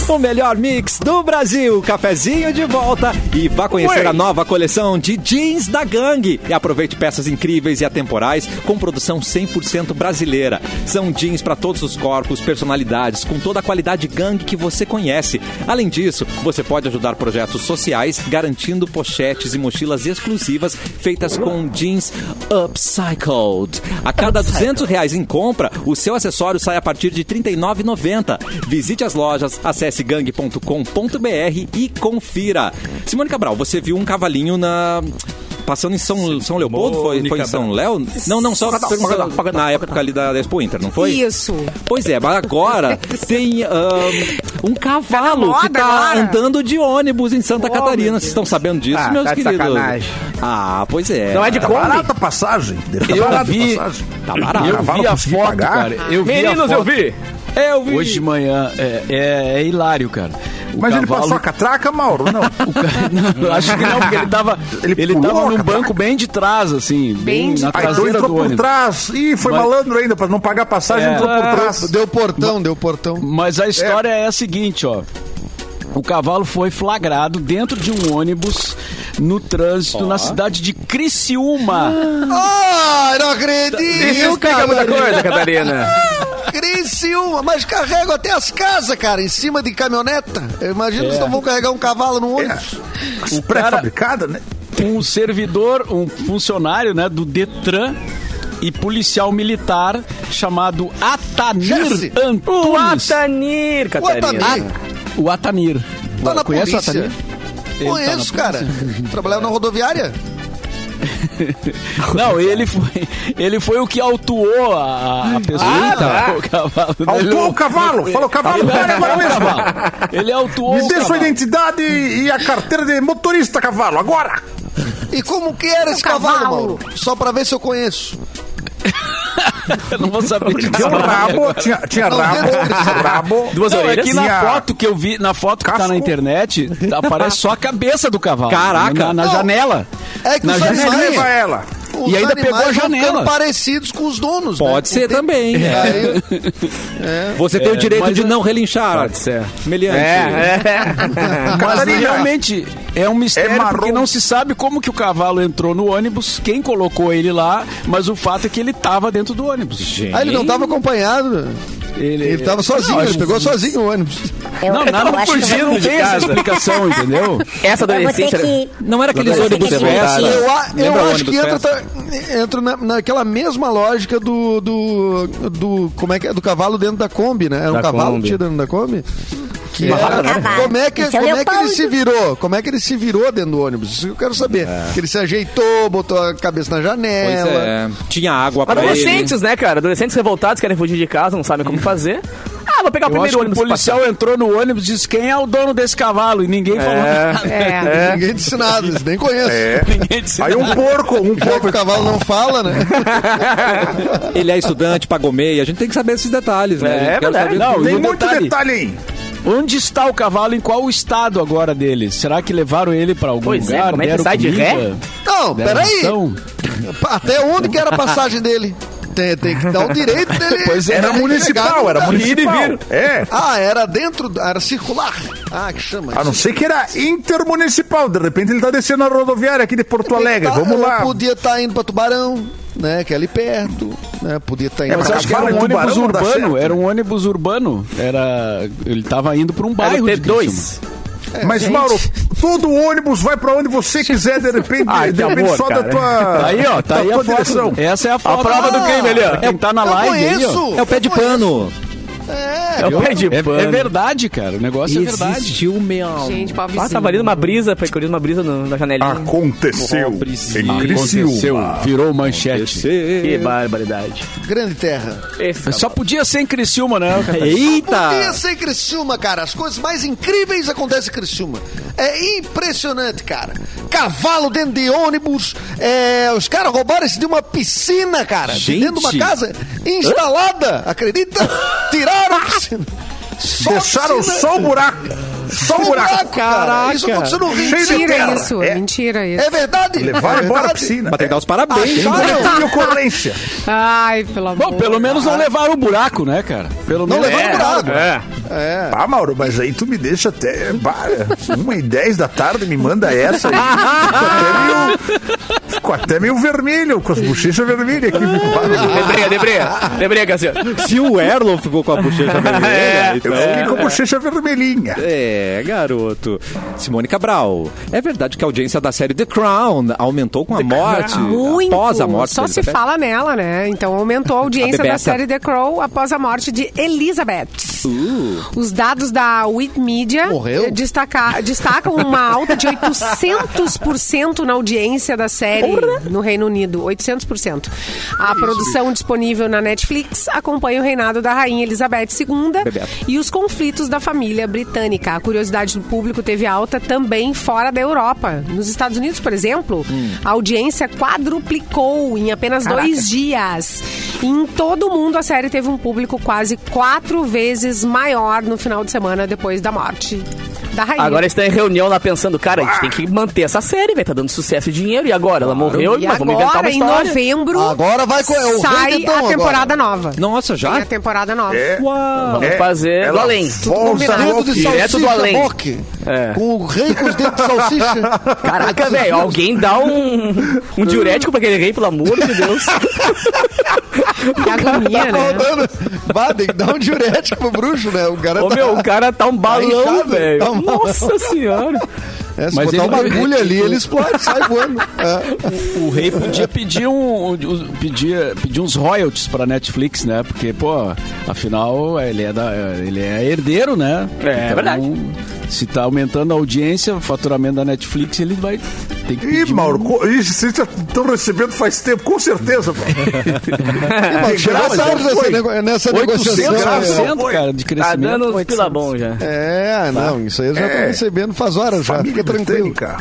Speaker 1: O melhor mix do Brasil. Cafezinho de volta e vá conhecer a nova coleção de jeans da Gang. E aproveite peças incríveis e atemporais com produção 100% brasileira. São jeans para todos os corpos, personalidades, com toda a qualidade Gang que você conhece. Além disso, você pode ajudar projetos sociais garantindo pochetes e mochilas exclusivas feitas com jeans upcycled. A cada 200 reais em compra, o seu acessório sai a partir de R$ 39,90. Visite as lojas, acesse gang.com.br e confira. Simone Cabral, você viu um cavalinho na... Passando em São, São Leopoldo? Foi, foi em São Léo? Não, não, só só na época ali da da Expo Inter, não foi?
Speaker 5: Isso.
Speaker 1: Pois é, mas
Speaker 5: [LAUGHS]
Speaker 1: agora tem ahn, um cavalo que
Speaker 5: Tá na moda
Speaker 1: tá
Speaker 5: agora. Oh,
Speaker 1: andando de ônibus em Santa Catarina. Vocês estão sabendo disso,
Speaker 7: Ah,
Speaker 1: meus
Speaker 7: tá de
Speaker 1: queridos?
Speaker 7: sacanagem.
Speaker 1: Ah, pois é.
Speaker 4: Não é de
Speaker 9: Tá
Speaker 4: Kombi?
Speaker 9: barata a passagem. Tá
Speaker 10: Eu
Speaker 9: barata a
Speaker 10: vi-
Speaker 9: passagem.
Speaker 1: Tá barato.
Speaker 10: Eu
Speaker 9: Cavalo
Speaker 10: vi a
Speaker 9: conseguiu
Speaker 10: foto,
Speaker 9: pagar?
Speaker 10: cara. Eu vi a
Speaker 4: Meninos,
Speaker 10: foto
Speaker 4: eu vi.
Speaker 1: Eu vi.
Speaker 10: Hoje de manhã. É, é- é hilário, cara. O
Speaker 9: Mas ele
Speaker 10: cavalo-
Speaker 9: passou a catraca, Mauro? Não.
Speaker 10: O ca- Não, acho que não, porque ele tava, [LAUGHS]
Speaker 9: Ele
Speaker 10: ele
Speaker 9: pulou a
Speaker 10: tava num
Speaker 9: catraca?
Speaker 10: banco bem de trás, assim. Bem,
Speaker 5: Bem de
Speaker 10: na
Speaker 9: Aí então
Speaker 10: traseira
Speaker 9: entrou
Speaker 10: do
Speaker 9: por
Speaker 10: ônibus.
Speaker 9: trás. Ih, foi
Speaker 10: Mas-
Speaker 9: malandro ainda, pra não pagar passagem,
Speaker 10: É.
Speaker 9: entrou por trás.
Speaker 6: Deu portão, deu portão.
Speaker 10: Mas a história é. a seguinte, ó. O cavalo foi flagrado dentro de um ônibus no trânsito na cidade de Criciúma.
Speaker 6: Ah, não acredito,
Speaker 4: Explica muita
Speaker 6: cara.
Speaker 4: coisa, Catarina.
Speaker 6: Criciúma, mas carrego até as casas, cara, em cima de caminhoneta. Eu imagino que se não vão carregar um cavalo no ônibus.
Speaker 9: As pré-fabricadas, né?
Speaker 10: Um servidor, um funcionário, né, do Detran e policial militar chamado
Speaker 6: Jesse.
Speaker 10: Atanir
Speaker 4: O
Speaker 10: Antunes.
Speaker 4: Atanir,
Speaker 6: O
Speaker 4: Catarina.
Speaker 6: Atanir,
Speaker 10: O Atanir.
Speaker 6: tá na
Speaker 10: Conhece o
Speaker 6: polícia.
Speaker 10: Atanir? Ele tá na
Speaker 6: Conheço, cara. Trabalhava na rodoviária.
Speaker 10: Não, ele foi, ele foi o que autuou a, a pessoa.
Speaker 4: Ah, tá.
Speaker 10: O cavalo. né? Ele-
Speaker 9: Autuou o cavalo. Falou, cavalo,
Speaker 10: Ele
Speaker 9: para agora
Speaker 10: autuou o
Speaker 9: mesmo.
Speaker 10: cavalo. Ele autuou
Speaker 9: Me
Speaker 10: o
Speaker 9: dê sua
Speaker 10: cavalo.
Speaker 9: identidade e a carteira de motorista, cavalo, agora!
Speaker 6: E como que era esse cavalo,
Speaker 5: cavalo.
Speaker 6: Mauro? Só pra ver se eu conheço.
Speaker 10: Eu não vou saber disso.
Speaker 9: Tinha um rabo, tinha, tinha
Speaker 6: Não,
Speaker 9: rabo,
Speaker 6: não.
Speaker 9: rabo.
Speaker 10: Duas
Speaker 4: Não, é
Speaker 10: orelhas.
Speaker 4: que
Speaker 9: na
Speaker 10: na
Speaker 9: foto
Speaker 10: foto que eu vi, na foto que
Speaker 9: tá
Speaker 10: tá
Speaker 9: na
Speaker 10: na internet, aparece só a cabeça do cavalo.
Speaker 1: Na-
Speaker 10: Na,
Speaker 1: na
Speaker 10: janela.
Speaker 6: É que
Speaker 10: Na
Speaker 6: os
Speaker 10: janelinha.
Speaker 6: animais,
Speaker 9: Leva ela.
Speaker 6: os
Speaker 10: E ainda
Speaker 6: animais
Speaker 10: pegou a
Speaker 6: vão ficando
Speaker 10: janela.
Speaker 6: parecidos com os donos, né?
Speaker 1: Pode
Speaker 6: O
Speaker 1: ser
Speaker 6: tempo-
Speaker 1: também.
Speaker 6: Aí,
Speaker 1: É, Você tem o
Speaker 10: É,
Speaker 1: direito
Speaker 10: mas
Speaker 1: de
Speaker 10: eu-
Speaker 1: não relinchar.
Speaker 10: Pode ser. É,
Speaker 1: Meliante.
Speaker 9: É.
Speaker 10: Mas
Speaker 9: Catarina.
Speaker 10: realmente é um mistério,
Speaker 9: É marrom.
Speaker 10: porque não se sabe como que o cavalo entrou no ônibus, quem colocou ele lá, mas o fato é que ele tava dentro do ônibus.
Speaker 6: Ah, ele não tava acompanhado.
Speaker 10: Ele,
Speaker 6: Ele tava sozinho,
Speaker 10: Não,
Speaker 6: ele pegou sozinho o ônibus.
Speaker 10: não, nada não fugindo de casa.
Speaker 1: [LAUGHS]
Speaker 10: é explicação, entendeu?
Speaker 4: Essa adolescente era... Não era aqueles ônibus festa.
Speaker 6: Eu, a- eu
Speaker 4: Ah, Lembra
Speaker 6: acho
Speaker 4: ônibus
Speaker 6: que entra, ta- entra na- naquela mesma lógica do, do, do. Como é que é? Do cavalo dentro da Kombi, né? Era um
Speaker 10: Da
Speaker 6: cavalo
Speaker 10: Kombi.
Speaker 6: tido dentro da Kombi? Que
Speaker 10: Uma
Speaker 6: era-
Speaker 10: vaca, né?
Speaker 6: como é que,
Speaker 11: um Isso é
Speaker 6: como é que ele
Speaker 11: Leopoldo.
Speaker 6: se virou? Como é que ele se virou dentro do ônibus? Isso que eu quero saber. Que ele se ajeitou, botou a cabeça na
Speaker 4: É,
Speaker 6: janela.
Speaker 1: é. Tinha água pra ele.
Speaker 4: Adolescentes, né, cara? Adolescentes revoltados querem fugir de casa, não sabem como fazer. Ah, vou pegar o
Speaker 10: Eu acho
Speaker 4: primeiro
Speaker 10: que o
Speaker 4: ônibus que
Speaker 10: policial entrou no ônibus e disse quem é o dono desse cavalo e ninguém falou nada.
Speaker 5: É.
Speaker 6: Ninguém disse nada, eles nem conhece.
Speaker 9: É.
Speaker 10: Ninguém disse
Speaker 9: Aí um
Speaker 10: nada.
Speaker 9: porco, um
Speaker 6: Já que
Speaker 9: porco.
Speaker 6: o cavalo não fala, né?
Speaker 1: [LAUGHS] Ele é estudante, pagou meia. A gente tem que saber esses detalhes, né?
Speaker 4: É,
Speaker 1: A gente quer
Speaker 4: verdade.
Speaker 1: saber
Speaker 10: Não,
Speaker 1: tudo.
Speaker 10: e
Speaker 9: Tem
Speaker 10: um
Speaker 9: muito
Speaker 10: detalhe.
Speaker 9: detalhe aí.
Speaker 10: Onde está Tá, o cavalo? Em qual estado agora dele? Será que levaram ele pra algum
Speaker 4: Pois é,
Speaker 10: lugar?
Speaker 4: como é que
Speaker 10: Deram
Speaker 4: sai de
Speaker 10: comida?
Speaker 4: ré?
Speaker 6: Não,
Speaker 10: Deram
Speaker 6: peraí.
Speaker 10: ração?
Speaker 6: Até onde que era a passagem dele? Tem, tem que dar o direito dele.
Speaker 10: Pois é,
Speaker 9: Era
Speaker 6: Tem que chegar
Speaker 9: municipal,
Speaker 6: no
Speaker 9: era
Speaker 6: lugar.
Speaker 9: municipal. É.
Speaker 6: Ah, era dentro, da- era circular. Ah, que chama.
Speaker 9: A não
Speaker 6: isso.
Speaker 9: ser que era intermunicipal. De repente ele tá descendo a rodoviária aqui de Porto Alegre.
Speaker 6: Tá-
Speaker 9: Vamos lá.
Speaker 6: Podia estar indo pra Tubarão, né? Que é ali perto, né? Podia estar indo
Speaker 9: É,
Speaker 10: Mas
Speaker 9: mas
Speaker 6: pra
Speaker 10: acho que era
Speaker 9: Cavalo
Speaker 10: um
Speaker 9: em
Speaker 10: ônibus
Speaker 9: Tubarão não dá certo,
Speaker 10: urbano.
Speaker 9: né?
Speaker 10: Era um ônibus urbano. Era. Ele tava indo pra um
Speaker 4: Era o
Speaker 10: bairro de Criciúma.
Speaker 4: T2.
Speaker 10: um-
Speaker 9: Mas,
Speaker 10: É,
Speaker 9: Mauro, todo ônibus vai pra onde você quiser, de repente.
Speaker 4: Ai,
Speaker 9: de
Speaker 4: que
Speaker 9: repente
Speaker 4: amor,
Speaker 9: só da
Speaker 4: cara.
Speaker 9: tua.
Speaker 10: Tá aí, ó. Tá
Speaker 9: da
Speaker 10: aí
Speaker 9: tua
Speaker 10: a
Speaker 9: direção.
Speaker 10: foto. Essa é a foto.
Speaker 6: Ah,
Speaker 10: Quem tá na
Speaker 6: eu
Speaker 10: live aí, ó.
Speaker 6: conheço.
Speaker 1: É o pé de pano.
Speaker 4: É o pé de
Speaker 10: É,
Speaker 4: pano.
Speaker 10: é verdade, cara. O negócio é verdade.
Speaker 1: Existiu meu.
Speaker 5: Gente, assim, né? pobrezinho.
Speaker 4: Ah, tava ali numa brisa, percorrendo uma brisa no- na janelinha.
Speaker 9: Ah, Aconteceu.
Speaker 1: Ó, Priscila.
Speaker 9: Em Criciúma.
Speaker 10: Virou manchete.
Speaker 4: que
Speaker 1: Esse-
Speaker 4: barbaridade.
Speaker 6: Grande Terra.
Speaker 4: Esse
Speaker 10: Só podia ser em Criciúma, né?
Speaker 6: Podia
Speaker 1: Eita!
Speaker 6: ser Criciúma, cara. As coisas mais incríveis acontecem em Criciúma. É impressionante, cara. Cavalo dentro de ônibus. é, os caras roubaram isso de uma piscina, cara. De
Speaker 1: Gente.
Speaker 6: Dentro de uma casa instalada, acredita?
Speaker 1: [LAUGHS]
Speaker 6: Tiraram a piscina. Só
Speaker 9: Deixaram
Speaker 6: piscina-
Speaker 9: só o buraco. Só o buraco.
Speaker 6: cara. Isso aconteceu no Rio.
Speaker 9: Cheio de
Speaker 5: Mentira
Speaker 9: terra.
Speaker 5: isso,
Speaker 9: É.
Speaker 5: mentira isso.
Speaker 6: É verdade?
Speaker 9: Levaram
Speaker 6: é
Speaker 9: embora a
Speaker 6: verdade.
Speaker 9: piscina.
Speaker 1: Mas tem que dar os parabéns.
Speaker 6: Acharam?
Speaker 1: né?
Speaker 9: Que ocorrência.
Speaker 5: Ai, pelo amor.
Speaker 10: Bom, pelo menos não levaram o buraco, né, cara? Pelo
Speaker 6: Não
Speaker 10: menos.
Speaker 6: levaram
Speaker 9: é.
Speaker 6: o buraco.
Speaker 10: É.
Speaker 9: Ah, Mauro, mas aí tu me deixa até. Bah, Uma e dez da tarde me manda essa aí. Fico até meio, fico até meio vermelho, com as bochechas vermelhas aqui.
Speaker 4: Debreia, debreia. Debreia, Cassiano.
Speaker 1: Se o Erlon ficou com a bochecha vermelha, então...
Speaker 9: Eu fiquei
Speaker 10: É.
Speaker 9: com a bochecha vermelhinha.
Speaker 1: É, garoto. Simone Cabral. É verdade que a audiência da série The Crown aumentou com a morte.
Speaker 5: Ah, Muito.
Speaker 1: Após a morte.
Speaker 5: Só
Speaker 1: da
Speaker 5: se
Speaker 1: Elizabeth.
Speaker 5: fala nela, né? Então aumentou a audiência da
Speaker 1: Bebeça.
Speaker 5: série The Crow após a morte de Elizabeth.
Speaker 1: Uh.
Speaker 5: Os dados da Wikimedia
Speaker 6: Morreu?
Speaker 5: eh, destaca- destacam uma alta de 800% na audiência da série no Reino Unido. 800%. A produção disponível na Netflix acompanha o reinado da rainha Elizabeth II
Speaker 1: Bebeto.
Speaker 5: e os conflitos da família britânica. A curiosidade do público teve alta também fora da Europa. Nos Estados Unidos, por exemplo,
Speaker 4: Hum.
Speaker 5: a audiência quadruplicou em apenas dois dias. E em todo o mundo, a série teve um público quase quatro vezes maior no final de semana depois da morte da rainha.
Speaker 4: Agora é está em reunião lá pensando, cara, a gente tem que manter essa série, velho. Tá dando sucesso e dinheiro. E agora? Ela morreu,
Speaker 5: e
Speaker 4: mas vamos inventar
Speaker 5: agora,
Speaker 4: uma
Speaker 5: em
Speaker 4: história.
Speaker 5: novembro,
Speaker 6: Agora vai com- é o
Speaker 5: sai
Speaker 6: rei, então,
Speaker 5: a
Speaker 6: agora.
Speaker 5: temporada nova.
Speaker 1: Nossa, já?
Speaker 5: Tem a temporada nova.
Speaker 9: É.
Speaker 1: Uau.
Speaker 4: Vamos
Speaker 9: É,
Speaker 4: fazer do
Speaker 9: ela
Speaker 4: além.
Speaker 9: Volta
Speaker 5: combinado.
Speaker 9: ao
Speaker 6: Dedo de
Speaker 9: que
Speaker 4: Direto do
Speaker 6: salsicha,
Speaker 4: além.
Speaker 6: Bock.
Speaker 9: É.
Speaker 6: Com o rei com os dedos de
Speaker 9: [LAUGHS]
Speaker 6: salsicha.
Speaker 4: Caraca,
Speaker 6: [LAUGHS]
Speaker 4: velho, alguém dá um, um diurético pra aquele rei, pelo amor de
Speaker 6: [LAUGHS]
Speaker 4: Deus.
Speaker 5: Que agonia,
Speaker 6: Tá
Speaker 5: né?
Speaker 6: rodando. Bah, tem que dar um diurético pro bruxo, né? O cara
Speaker 4: Ô,
Speaker 6: tá...
Speaker 4: meu, o cara tá um
Speaker 6: Tá
Speaker 4: balão,
Speaker 6: inchado,
Speaker 4: velho.
Speaker 6: tá um balão.
Speaker 4: Nossa senhora.
Speaker 6: É, se
Speaker 10: Mas
Speaker 6: botar
Speaker 10: ele-
Speaker 6: uma agulha ali,
Speaker 10: [LAUGHS]
Speaker 6: ele explode, sai voando. É.
Speaker 10: O rei podia pedir um, um- pedir, pedir uns royalties pra Netflix, né? Porque, pô, afinal, ele é, da, ele é herdeiro, né?
Speaker 4: É,
Speaker 6: Então,
Speaker 4: é
Speaker 6: um
Speaker 4: verdade.
Speaker 10: Se tá aumentando a audiência, o faturamento da Netflix, ele vai ter que pedir.
Speaker 9: Ih,
Speaker 10: um-
Speaker 9: Mauro, co- isso vocês já estão recebendo faz tempo,
Speaker 6: [LAUGHS]
Speaker 9: com certeza, Mauro.
Speaker 6: Mas chegou
Speaker 9: graça,
Speaker 6: tarde
Speaker 9: foi.
Speaker 6: nessa, nego... é nessa negociação.
Speaker 10: 800%,
Speaker 9: né?
Speaker 10: cara, de
Speaker 4: Tá
Speaker 10: crescimento.
Speaker 4: dando uns pila bom já.
Speaker 6: É, É, não, isso aí eu já tô
Speaker 9: É.
Speaker 6: recebendo faz horas já,
Speaker 9: Família
Speaker 6: fica tranquilo.
Speaker 9: britânica.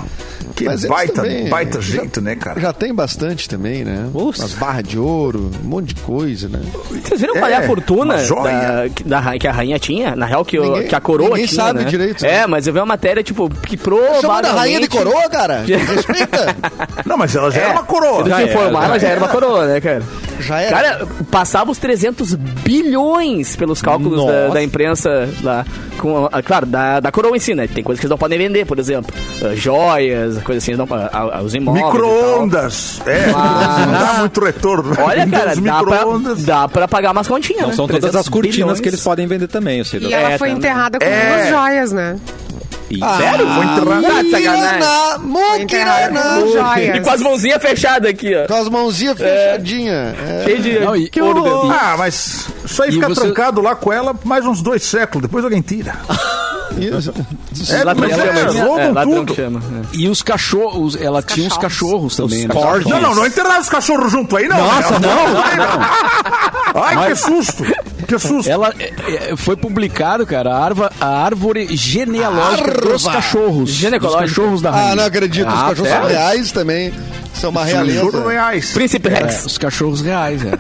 Speaker 9: Que
Speaker 6: Mas eles
Speaker 9: baita,
Speaker 6: também-
Speaker 9: baita
Speaker 6: já-
Speaker 9: jeito, né, cara?
Speaker 6: Já tem bastante também, né? As barras de ouro, um monte de coisa, né?
Speaker 4: Vocês viram
Speaker 9: É,
Speaker 4: qual é a fortuna
Speaker 9: uma joia.
Speaker 4: da, que, da ra- que a rainha tinha? Na real, que, o-
Speaker 6: Ninguém-
Speaker 4: que a coroa
Speaker 6: ninguém
Speaker 4: tinha,
Speaker 6: sabe
Speaker 4: né?
Speaker 6: direito, né?
Speaker 4: É, mas eu vi uma matéria, tipo, que
Speaker 6: Chama
Speaker 4: provavelmente...
Speaker 6: da rainha de coroa, cara. Respeita.
Speaker 9: Não, mas ela
Speaker 4: É.
Speaker 9: já é era uma coroa.
Speaker 4: Eu
Speaker 1: Já
Speaker 4: já
Speaker 1: era,
Speaker 4: informar,
Speaker 1: já
Speaker 4: ela já era uma coroa, né, cara?
Speaker 6: Já era.
Speaker 4: Cara, passava os 300 bilhões pelos cálculos da,
Speaker 1: Nossa.
Speaker 4: da imprensa, lá, com, a- claro, da, da coroa em si, né? Tem coisas que eles não podem vender, por exemplo, ah, joias, coisas assim, não, a- a- os imóveis. e tal.
Speaker 9: Micro-ondas. É,
Speaker 4: Mas-
Speaker 9: não dá muito retorno. [LAUGHS]
Speaker 4: Olha,
Speaker 9: Os
Speaker 4: cara, dá pra,
Speaker 9: micro-ondas.
Speaker 4: dá pra pagar umas continhas.
Speaker 1: Não
Speaker 4: né?
Speaker 1: são todas
Speaker 4: 300
Speaker 1: as cortinas
Speaker 4: bilhões.
Speaker 1: que eles podem vender também, eu sei.
Speaker 5: E ela
Speaker 4: tá-
Speaker 5: foi enterrada com
Speaker 1: É.
Speaker 5: duas joias, né?
Speaker 1: Sério? Foi enterrada?
Speaker 4: Tá de sacanagem.
Speaker 6: Muquirana,
Speaker 9: é
Speaker 6: Muquirana.
Speaker 5: Enterrada com joias.
Speaker 4: E com as mãozinhas fechadas aqui, ó.
Speaker 6: Com as mãozinhas fechadinhas. É.
Speaker 4: Cheio de
Speaker 10: Não, e-
Speaker 4: ouro dentro.
Speaker 9: Ah, mas isso aí
Speaker 10: E
Speaker 9: fica
Speaker 10: você-
Speaker 9: trancado lá com ela mais uns dois séculos. Depois alguém tira.
Speaker 6: Isso.
Speaker 9: É,
Speaker 4: Ladrão
Speaker 9: mas
Speaker 4: que
Speaker 9: é,
Speaker 4: chama,
Speaker 9: roubam
Speaker 4: é, ladrão
Speaker 9: tudo.
Speaker 4: que chama, é.
Speaker 10: E os cachorros, ela tinha uns cachorros também, né?
Speaker 9: Não, não, não enterraram os cachorros junto aí, não. Nossa, não. Ai, não. Ai, que susto. Que susto.
Speaker 10: Ela é, é, foi publicado, cara, a, arva, a árvore genealógica
Speaker 6: Arva.
Speaker 10: dos cachorros. Dos
Speaker 4: Ginecológica.
Speaker 10: cachorros da rainha.
Speaker 6: Ah, não acredito. Os cachorros são reais também. São uma
Speaker 9: Juro
Speaker 6: realeza.
Speaker 9: reais.
Speaker 4: Príncipe Rex.
Speaker 10: É, os cachorros reais, é.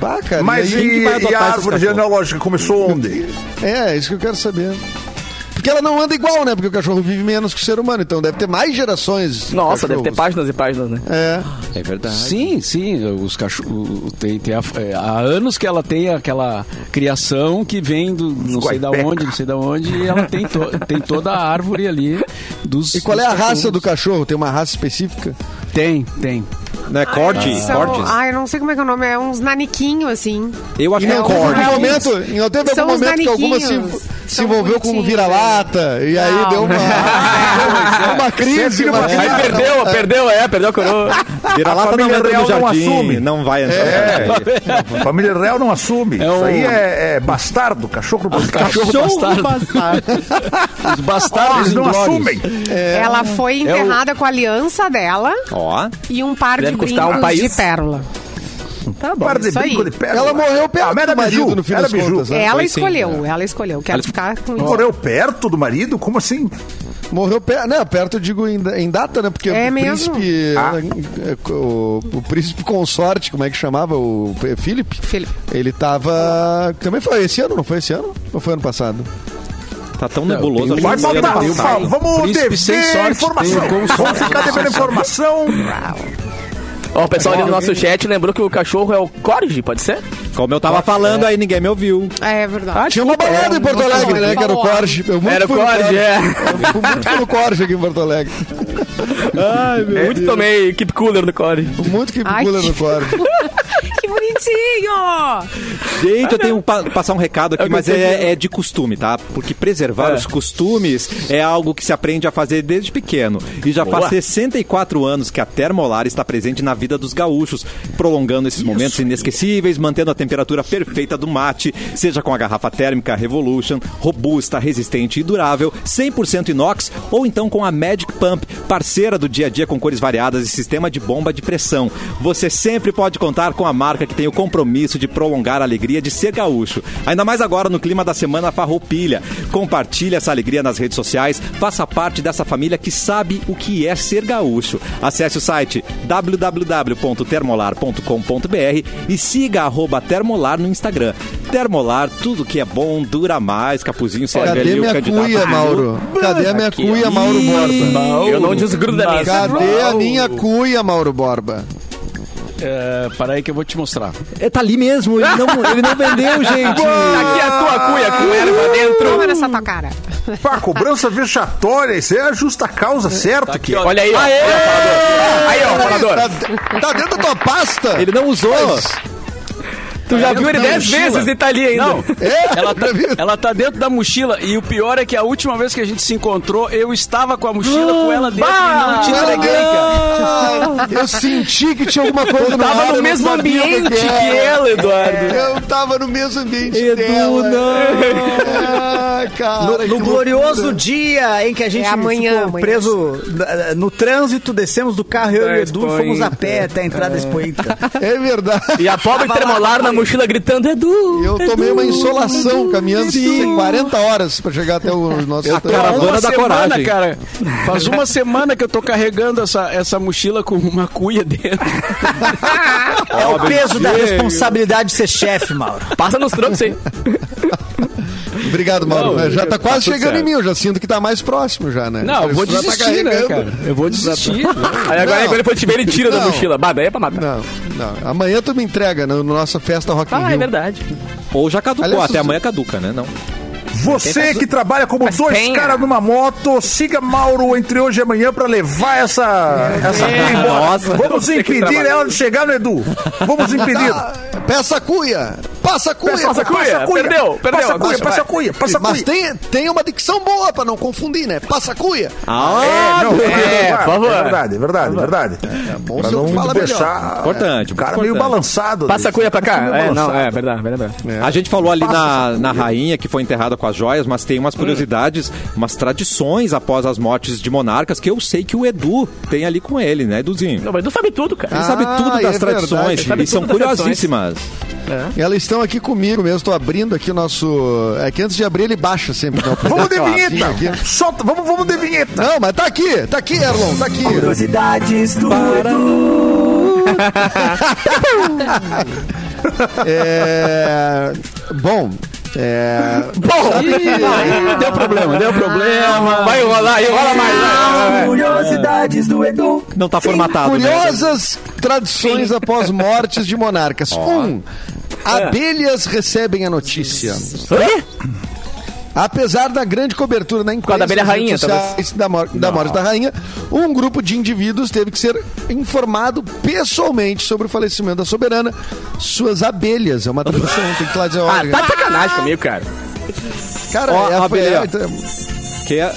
Speaker 6: Bah, cara,
Speaker 9: Mas
Speaker 6: e aí-
Speaker 1: quem que
Speaker 9: e,
Speaker 1: vai
Speaker 9: e
Speaker 1: adotar
Speaker 9: a
Speaker 1: esses
Speaker 9: árvore
Speaker 1: cachorros?
Speaker 9: genealógica começou onde?
Speaker 6: É, isso que eu quero saber. Porque ela não anda igual, né? Porque o cachorro vive menos que o ser humano. Então deve ter mais gerações. de
Speaker 4: Nossa, deve ter
Speaker 6: cachorros.
Speaker 4: páginas e páginas, né?
Speaker 6: É.
Speaker 1: É verdade.
Speaker 10: Sim, sim, os cachorros. Tem, tem a- é, há anos que ela tem aquela criação que vem do não sei da
Speaker 9: guaipeca.
Speaker 10: onde, não sei da onde, e ela tem, to- tem toda a árvore ali dos.
Speaker 6: E qual é
Speaker 10: dos
Speaker 6: a raça
Speaker 10: cachorros.
Speaker 6: do cachorro? Tem uma raça específica?
Speaker 10: Tem, tem.
Speaker 1: Né? Corte,
Speaker 5: São,
Speaker 1: cortes.
Speaker 5: ai, eu não sei como é que é o nome, é uns naniquinhos, assim.
Speaker 1: Eu acho
Speaker 6: E
Speaker 1: que é
Speaker 6: não
Speaker 5: um
Speaker 6: teve
Speaker 1: corte.
Speaker 6: algum
Speaker 5: Corgis.
Speaker 6: momento, e não teve
Speaker 5: São
Speaker 6: algum
Speaker 5: os
Speaker 6: momento que alguma se,
Speaker 5: naniquinhos.
Speaker 6: se
Speaker 5: São
Speaker 6: envolveu com um
Speaker 5: bonitinhos, é.
Speaker 6: vira-lata e aí
Speaker 5: Não.
Speaker 6: [LAUGHS] deu uma, uma crise.
Speaker 9: Sempre uma
Speaker 6: uma-
Speaker 9: crise.
Speaker 4: Aí perdeu, perdeu, é, perdeu a coroa.
Speaker 1: Vira-lata não
Speaker 9: família
Speaker 1: entra no
Speaker 9: real não
Speaker 1: jardim. Não,
Speaker 9: assume.
Speaker 1: vai entrar.
Speaker 9: É.
Speaker 1: no jardim.
Speaker 9: Família real não assume. Isso
Speaker 10: um-
Speaker 9: aí é, é bastardo, cachorro bastardo.
Speaker 10: Cachorro bastardo. Os bastardos
Speaker 9: Eles não
Speaker 10: inglórios.
Speaker 9: assumem. É.
Speaker 5: Ela foi
Speaker 4: É
Speaker 5: enterrada com a aliança dela
Speaker 1: Ó.
Speaker 5: e um par de
Speaker 4: Deve custar
Speaker 5: brincos
Speaker 4: um país.
Speaker 5: de pérola. Tá bom,
Speaker 9: Para Um de
Speaker 5: isso aí.
Speaker 9: brinco de pedra. Ah,
Speaker 6: Ela morreu perto
Speaker 9: mas era
Speaker 6: do marido,
Speaker 9: biju,
Speaker 6: no fim
Speaker 9: era
Speaker 6: das
Speaker 9: biju. é.
Speaker 6: contas. né?
Speaker 5: Ela
Speaker 1: Foi sim,
Speaker 5: escolheu, ela escolheu. Quero ficar com isso.
Speaker 9: Morreu perto do marido? Como assim?
Speaker 6: Morreu perto, né? Perto, eu digo, em, em data, né? Porque
Speaker 5: É
Speaker 6: o
Speaker 5: mesmo?
Speaker 6: príncipe.
Speaker 9: Ah.
Speaker 6: eh, O, o príncipe consorte, como é que chamava? O P- Philip?
Speaker 5: Philip.
Speaker 6: Ele tava. Também foi esse ano, não foi esse ano? Ou foi ano passado?
Speaker 1: Tá tão
Speaker 10: Não,
Speaker 1: nebuloso.
Speaker 10: tem
Speaker 1: acho
Speaker 10: um
Speaker 9: Vai
Speaker 1: que não
Speaker 9: faltar.
Speaker 1: deu pra-
Speaker 9: Fala, Vamos
Speaker 10: Príncipe sem
Speaker 9: dever
Speaker 10: sorte,
Speaker 9: informação.
Speaker 10: tem como
Speaker 9: Vamos
Speaker 10: sorte.
Speaker 9: ficar devendo informação.
Speaker 4: Ó, o pessoal ali no nosso chat lembrou que o cachorro é o Corgi, pode ser?
Speaker 1: Como eu tava falando aí, ninguém me ouviu.
Speaker 5: É verdade.
Speaker 6: Tinha uma balada em Porto Alegre, né? Que era o
Speaker 5: Falou.
Speaker 6: Corge. Eu muito
Speaker 4: Era o
Speaker 6: fui no
Speaker 4: Corgi, é.
Speaker 6: Eu fui muito pelo Corge aqui em Porto Alegre.
Speaker 4: Muito tomei Keep Cooler no Corgi.
Speaker 6: Muito que
Speaker 5: Ai,
Speaker 6: pula
Speaker 5: que-
Speaker 6: no Corge.
Speaker 5: Que bonitinho!
Speaker 1: Gente, eu tenho que pa- passar um recado aqui, mas é, é de costume, tá? Porque preservar os costumes é algo que se aprende a fazer desde pequeno. E já faz 64 anos que a Termolar está presente na vida dos gaúchos, prolongando esses momentos inesquecíveis, mantendo a temperatura perfeita do mate, seja com a garrafa térmica Revolution, robusta, resistente e durável, 100% inox, ou então com a Magic Pump, parceira do dia a dia com cores variadas e sistema de bomba de pressão. Você sempre pode contar com a marca que tem o compromisso de prolongar a alegria de ser gaúcho. Ainda mais agora no clima da semana farroupilha. Compartilhe essa alegria nas redes sociais, faça parte dessa família que sabe o que é ser gaúcho. Acesse o site www.termolar.com.br e siga arroba Termolar no Instagram. Termolar, tudo que é bom dura mais. Capuzinho, serve
Speaker 6: Cadê
Speaker 1: ali o
Speaker 6: minha
Speaker 1: candidato.
Speaker 6: cuia,
Speaker 1: do-
Speaker 6: Mauro? Cadê a minha
Speaker 4: Aqui,
Speaker 6: cuia,
Speaker 4: ó.
Speaker 6: Mauro Borba?
Speaker 4: Eu não desgrudo da minha.
Speaker 1: é
Speaker 6: Cadê a minha cuia, Mauro Borba?
Speaker 10: É, para aí que eu vou te mostrar.
Speaker 1: É, Tá ali mesmo, ele
Speaker 10: [LAUGHS]
Speaker 1: não, ele não vendeu, gente.
Speaker 4: Aqui é a tua cuia com erva dentro.
Speaker 5: Toma nessa tua cara.
Speaker 9: Pá, cobrança vexatória. Isso aí é a justa causa, certo? que
Speaker 4: Olha aí, ó. Aí, ó, o falador.
Speaker 6: Tá, tá dentro da tua pasta?
Speaker 1: Ele não usou.
Speaker 4: Tu já viu ele
Speaker 6: da
Speaker 4: 10
Speaker 6: mochila.
Speaker 4: vezes e tá ali ainda.
Speaker 10: Não,
Speaker 6: É? [LAUGHS]
Speaker 10: ela tá, ela tá dentro da mochila e o pior é que a última vez que a gente se encontrou, eu estava com a mochila com ela dentro
Speaker 4: Ah,
Speaker 10: e não te
Speaker 4: tá
Speaker 6: Cara,
Speaker 10: entreguei,
Speaker 6: eu-
Speaker 10: cara.
Speaker 6: Ah, Eu senti que tinha alguma coisa no ar,
Speaker 4: Tava
Speaker 6: eu não
Speaker 4: no mesmo
Speaker 6: sabia o
Speaker 4: ambiente que
Speaker 6: era. É,
Speaker 4: ela, Eduardo.
Speaker 6: Eu tava no mesmo ambiente
Speaker 1: Edu,
Speaker 6: dela.
Speaker 1: não.
Speaker 6: Ah, cara,
Speaker 7: No,
Speaker 6: que
Speaker 7: no
Speaker 6: loucura.
Speaker 7: glorioso dia em que a gente
Speaker 5: É amanhã,
Speaker 7: ficou
Speaker 5: amanhã.
Speaker 7: preso na- no trânsito, descemos do carro, eu e o
Speaker 4: Da
Speaker 7: Edu e fomos
Speaker 4: Expointer.
Speaker 7: a pé até a entrada da Expointer.
Speaker 6: É verdade.
Speaker 4: E a pobre tremolar na mochila gritando, Edu.
Speaker 6: Eu tomei uma insolação caminhando 40 horas pra chegar até o nosso.
Speaker 1: A caravana
Speaker 10: uma
Speaker 1: da
Speaker 10: semana,
Speaker 1: coragem.
Speaker 10: cara. Faz uma semana que eu tô carregando essa, essa mochila com uma cuia dentro.
Speaker 7: É o peso da responsabilidade de ser chefe, Mauro.
Speaker 4: Passa nos troncos aí.
Speaker 6: Obrigado, Mauro.
Speaker 10: Não,
Speaker 6: já tá quase
Speaker 10: tudo
Speaker 6: chegando
Speaker 10: certo.
Speaker 6: em mim, eu já sinto que tá mais próximo já, né?
Speaker 10: Não, eu vou
Speaker 6: Já tá
Speaker 10: desistir, né,
Speaker 6: carregando.
Speaker 10: cara? Eu vou desistir.
Speaker 4: Aí agora
Speaker 6: Não.
Speaker 4: quando ele for te ver, ele tira da
Speaker 6: Não.
Speaker 4: mochila. Bah, daí é pra matar.
Speaker 6: Não, não. Amanhã tu me entrega na na nossa festa Rock in
Speaker 4: Ah,
Speaker 6: Rio.
Speaker 4: é verdade.
Speaker 1: Ou já caducou,
Speaker 6: Aliás,
Speaker 1: até
Speaker 6: os-
Speaker 1: amanhã caduca, né? Não.
Speaker 9: Você que trabalha como dois caras numa moto, siga Mauro entre hoje e amanhã pra levar essa. essa
Speaker 6: É.
Speaker 9: cuia embora.
Speaker 6: Nossa,
Speaker 9: Vamos
Speaker 6: você que
Speaker 9: impedir
Speaker 6: trabalha.
Speaker 9: ela de chegar no Edu. Vamos impedir.
Speaker 6: Peça a cuia! Passa a cuia!
Speaker 9: Peça a Ah, cuia, perdeu, perdeu,
Speaker 6: Passa a cuia, passa a
Speaker 9: agora vai.
Speaker 6: cuia, passa a cuia!
Speaker 9: Mas
Speaker 6: tem, tem uma dicção boa pra não confundir, né? Passa a cuia!
Speaker 4: Ah,
Speaker 9: é, não, é,
Speaker 6: por
Speaker 9: é,
Speaker 6: favor.
Speaker 9: verdade, é verdade, é verdade. É, bom
Speaker 6: se eu fala melhor.
Speaker 1: Importante,
Speaker 9: o cara meio
Speaker 1: importante.
Speaker 9: balançado.
Speaker 1: Passa a cuia pra cá.
Speaker 9: Meio
Speaker 1: É, não,
Speaker 9: balançado.
Speaker 1: é verdade, verdade. A gente falou ali na, na rainha que foi enterrada com as joias, mas tem
Speaker 4: Hum.
Speaker 1: umas curiosidades, umas tradições após as mortes de monarcas que eu sei que o Edu tem ali com ele, né, Eduzinho?
Speaker 4: Não, mas Edu sabe tudo, cara.
Speaker 1: Ele sabe tudo
Speaker 4: é
Speaker 1: das tradições e são curiosíssimas.
Speaker 6: Elas estão aqui comigo mesmo, estou abrindo aqui o nosso. É que antes de abrir ele baixa sempre. Né?
Speaker 9: Vamos de
Speaker 6: Ó,
Speaker 9: vinheta!
Speaker 6: assim, aqui.
Speaker 9: Solta, vamos, vamos de vinheta!
Speaker 6: Não, mas tá aqui, tá aqui, Erlon, tá aqui.
Speaker 7: Curiosidades do
Speaker 6: [LAUGHS] É... Bom. É...
Speaker 7: Bom,
Speaker 6: sabe que-
Speaker 7: deu problema, deu problema.
Speaker 1: Vai enrolar, enrola mais,
Speaker 4: né?
Speaker 1: vai, vai, vai.
Speaker 7: Curiosidades do Edu.
Speaker 1: Não tá formatado, né?
Speaker 6: Curiosas tradições após mortes de monarcas. Um,
Speaker 4: É.
Speaker 6: abelhas recebem a notícia. Apesar da grande cobertura na imprensa
Speaker 4: da abelha
Speaker 6: nas redes
Speaker 4: rainha, talvez.
Speaker 6: sociais da, mor- da morte da rainha, um grupo de indivíduos teve que ser informado pessoalmente sobre o falecimento da soberana. Suas abelhas, é
Speaker 4: [LAUGHS]
Speaker 6: uma tradição, tem que lá dizer,
Speaker 4: Ah,
Speaker 6: olha,
Speaker 4: tá de sacanagem comigo, cara.
Speaker 6: cara,
Speaker 1: Ó,
Speaker 6: é
Speaker 1: a
Speaker 6: a
Speaker 1: abelha, ó.
Speaker 6: abelha.
Speaker 1: Que é...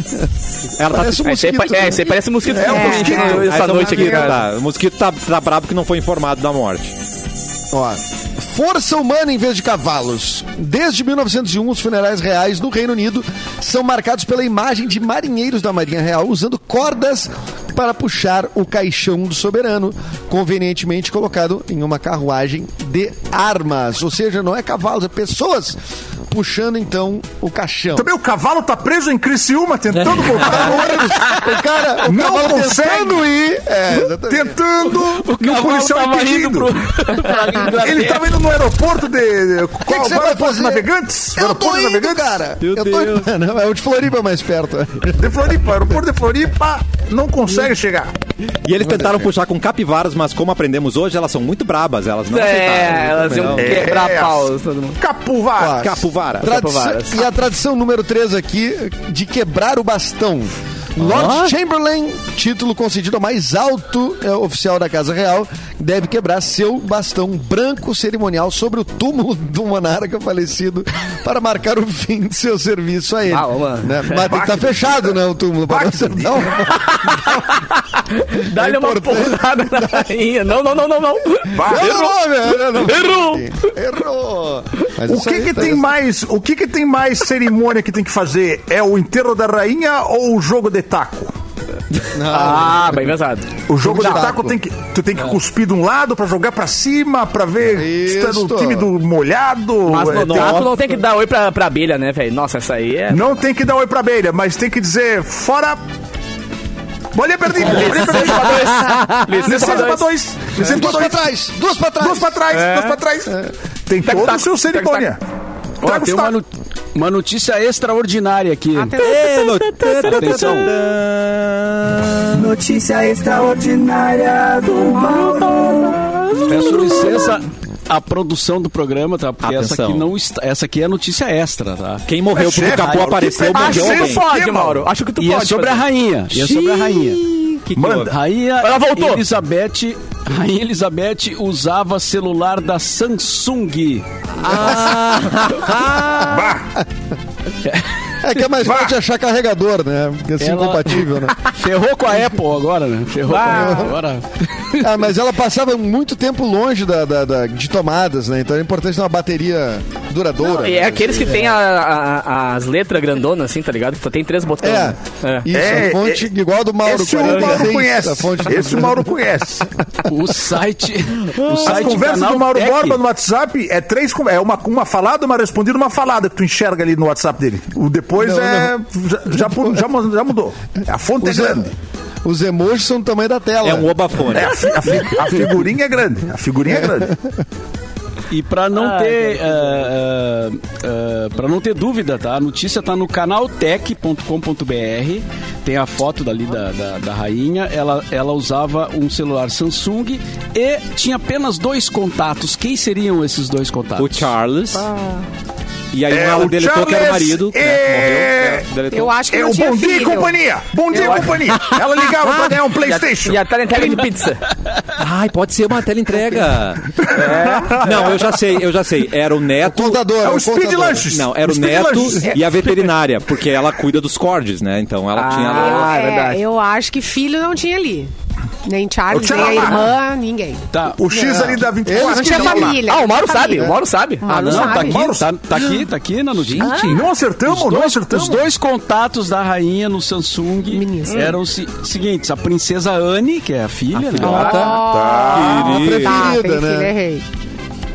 Speaker 1: Ela
Speaker 6: Parece um
Speaker 1: tá...
Speaker 4: Ah, tá. Esse aí, pa- é, esse aí parece um mosquito.
Speaker 9: É, um mosquito.
Speaker 1: Essa
Speaker 4: Essa noite aqui, cara.
Speaker 1: O mosquito tá, tá brabo que não foi informado da morte.
Speaker 6: Ó, força humana em vez de cavalos. Desde 1901, os funerais reais no Reino Unido são marcados pela imagem de marinheiros da Marinha Real usando cordas para puxar o caixão do soberano, convenientemente colocado em uma carruagem de armas. Ou seja, não é cavalos, é pessoas puxando então o caixão.
Speaker 9: Também o cavalo tá preso em Criciúma, tentando voltar no ônibus.
Speaker 6: O cara, o
Speaker 9: Não
Speaker 6: cavalo
Speaker 9: consegue.
Speaker 6: tentando ir. É, exatamente.
Speaker 9: Tentando. e o policial
Speaker 4: tava
Speaker 9: impedindo.
Speaker 4: indo
Speaker 6: [LAUGHS]
Speaker 9: Ele tava indo no aeroporto de.
Speaker 6: que
Speaker 9: Qual
Speaker 6: você vai
Speaker 9: agora? Aeroporto
Speaker 6: fazer?
Speaker 9: Navegantes?
Speaker 6: Eu tô
Speaker 9: Aeroporto
Speaker 6: indo,
Speaker 9: Navegantes?
Speaker 6: cara.
Speaker 1: Meu
Speaker 6: eu tô
Speaker 1: Deus.
Speaker 6: indo. Não, é o de Floripa mais perto.
Speaker 9: De Floripa, aeroporto de Floripa, não consegue chegar.
Speaker 1: E eles tentaram puxar com capivaras, mas como aprendemos hoje, elas são muito brabas. Elas não
Speaker 4: É,
Speaker 1: aceitaram.
Speaker 4: elas iam
Speaker 1: Não.
Speaker 4: quebrar
Speaker 9: É.
Speaker 4: pau. todo mundo.
Speaker 9: Capuvara.
Speaker 1: Capuvara.
Speaker 6: Tradição- e a tradição número 3 aqui de quebrar o bastão. Lord Chamberlain, título concedido ao mais alto é, oficial da Casa Real, deve quebrar seu bastão branco cerimonial sobre o túmulo do monarca falecido para marcar o fim de seu serviço a ele.
Speaker 4: Ah, mano.
Speaker 6: [LAUGHS] Né? Mas tem que tá fechado, né, o túmulo para você [LAUGHS] não.
Speaker 4: Dá-lhe uma porrada na rainha. Não, não, não, não, não.
Speaker 6: Errou, velho. não, não.
Speaker 4: Errou.
Speaker 6: Errou. Mas
Speaker 9: O
Speaker 6: isso
Speaker 9: que
Speaker 6: aí
Speaker 9: que
Speaker 6: tá-
Speaker 9: tem mais? O que que tem mais cerimônia que tem que fazer? É o enterro da rainha ou o jogo de taco?
Speaker 4: Ah, bem pesado.
Speaker 9: O jogo
Speaker 6: Jogo
Speaker 9: de
Speaker 6: de
Speaker 9: taco
Speaker 6: taco. É.
Speaker 9: tem que tu tem que cuspir de um lado pra jogar pra cima, pra ver se tá no
Speaker 6: Isto.
Speaker 9: time do molhado.
Speaker 4: Mas
Speaker 9: É,
Speaker 4: no
Speaker 9: tem-
Speaker 4: tato não tem que dar oi pra, pra abelha, né, velho? Nossa, essa aí é...
Speaker 9: Não tem que dar oi pra abelha, mas tem que dizer fora. Bolinha perdida, bolinha perdida pra dois. Licença pra dois. Licença pra
Speaker 6: Duas pra
Speaker 9: dois.
Speaker 6: trás, duas pra trás.
Speaker 9: Duas pra trás, duas pra trás.
Speaker 10: É.
Speaker 9: Tem
Speaker 4: Tac,
Speaker 9: todo o
Speaker 4: tac,
Speaker 9: seu
Speaker 4: tac,
Speaker 9: cerimônia.
Speaker 10: Ó,
Speaker 9: Traga
Speaker 10: Ah, tem
Speaker 9: os
Speaker 10: uma,
Speaker 9: tacos.
Speaker 10: no- uma notícia extraordinária aqui.
Speaker 5: Tá
Speaker 4: [LAUGHS]
Speaker 1: É, no-
Speaker 10: Atenção.
Speaker 7: Notícia extraordinária do Mauro.
Speaker 10: Peço licença à produção do programa, tá? Porque essa
Speaker 1: Atenção.
Speaker 10: aqui, não está, essa aqui é notícia extra, tá?
Speaker 1: Quem morreu porque o
Speaker 9: chefe,
Speaker 1: capô
Speaker 9: Mauro,
Speaker 1: apareceu,
Speaker 9: que tá
Speaker 1: morreu
Speaker 9: chefe,
Speaker 1: alguém.
Speaker 9: pô.
Speaker 4: Pode,
Speaker 9: Que,
Speaker 4: Mauro.
Speaker 9: mano?
Speaker 4: Acho que tu
Speaker 10: E é
Speaker 4: pode.
Speaker 10: sobre a
Speaker 4: fazer.
Speaker 10: rainha. E é sobre a rainha.
Speaker 1: Que que
Speaker 9: Manda.
Speaker 1: houve?
Speaker 10: Rainha
Speaker 4: Ela voltou.
Speaker 10: Elizabeth, Rainha Elizabeth usava celular da Samsung.
Speaker 9: Bah,
Speaker 6: É que é mais
Speaker 9: Vá.
Speaker 6: fácil achar carregador, né? Porque assim,
Speaker 10: Ela-
Speaker 6: incompatível, né?
Speaker 10: Ferrou com a Apple agora, né? Ferrou com a Apple agora.
Speaker 6: Ah, mas ela passava muito tempo longe da, da- da- de tomadas, né? Então é importante ter uma bateria duradoura.
Speaker 4: E é
Speaker 6: né?
Speaker 4: aqueles que tem a- a- as letras grandonas, assim, tá ligado? Que só tem três botões.
Speaker 6: É,
Speaker 4: É.
Speaker 6: isso,
Speaker 9: É,
Speaker 6: a fonte
Speaker 9: é,
Speaker 6: igual a do Mauro
Speaker 9: esse o Mauro
Speaker 6: 46,
Speaker 9: conhece.
Speaker 6: a fonte-
Speaker 9: Esse o Mauro conhece.
Speaker 4: [LAUGHS]
Speaker 10: O site. O
Speaker 9: As
Speaker 10: [LAUGHS] site
Speaker 9: conversas
Speaker 10: canal
Speaker 9: do Mauro
Speaker 10: Tech.
Speaker 9: Borba no WhatsApp é três con- é uma, uma falada, uma respondida, uma falada que tu enxerga ali no WhatsApp dele. O depois
Speaker 6: Não,
Speaker 9: é Já, já pu- já mu- já mudou. A fonte é
Speaker 6: Os,
Speaker 9: grande.
Speaker 6: os emojis são do tamanho da tela.
Speaker 1: É um obafone.
Speaker 9: É, a, fi- a fi- a figurinha é grande. A figurinha é grande.
Speaker 10: E para não ter ah, ah, ah, pra não ter dúvida, tá? A notícia tá no canaltech.com.br. Tem a foto dali da, da, da rainha. Ela, ela usava um celular Samsung e tinha apenas dois contatos. Quem seriam esses dois contatos?
Speaker 1: O Charles E aí um ela
Speaker 9: o
Speaker 1: deletou que era o marido. né,
Speaker 9: é-
Speaker 1: que morreu, deletou.
Speaker 5: Eu acho que
Speaker 9: é
Speaker 5: não
Speaker 9: o
Speaker 5: tinha
Speaker 9: Bom Dia e
Speaker 5: filho.
Speaker 9: Companhia. Bom Dia e Companhia. Ela ligava pra ganhar um Playstation.
Speaker 4: Já tá na entrega de pizza.
Speaker 1: Ai, pode ser uma tela entrega. Não, eu já sei, eu já sei. Era o neto. O
Speaker 6: contador, É o o Speed contador.
Speaker 9: Lanches.
Speaker 1: Não, era
Speaker 9: O
Speaker 1: o,
Speaker 9: Speed
Speaker 1: neto
Speaker 9: Lanches.
Speaker 1: e a veterinária, porque ela cuida dos cordes, né? Então ela tinha lá.
Speaker 4: Ah,
Speaker 5: eu, é, eu acho que filho não tinha ali. Nem Charles,
Speaker 9: Eu
Speaker 5: nem
Speaker 9: tinha
Speaker 5: a
Speaker 9: lá.
Speaker 5: irmã, ninguém.
Speaker 10: Tá.
Speaker 9: O X ali dá 24.
Speaker 5: Não tinha
Speaker 9: Não,
Speaker 5: família.
Speaker 4: Ah, o Mauro
Speaker 5: não tinha
Speaker 4: sabe,
Speaker 5: família.
Speaker 4: o Mauro sabe. Ah,
Speaker 5: O Mauro
Speaker 10: não, tá
Speaker 5: sabe.
Speaker 10: aqui, tá, tá aqui, tá aqui na notícia.
Speaker 3: Ah,
Speaker 9: Não acertamos,
Speaker 10: Os
Speaker 9: não
Speaker 10: dois,
Speaker 3: então.
Speaker 9: acertamos.
Speaker 10: os dois contatos da rainha no Samsung eram os se- seguintes: a princesa Anne, que é a filha, né?
Speaker 4: Tá,
Speaker 9: Ah,
Speaker 1: Querida.
Speaker 5: Tá, tem
Speaker 6: Querida,
Speaker 5: filho,
Speaker 6: né?
Speaker 5: errei.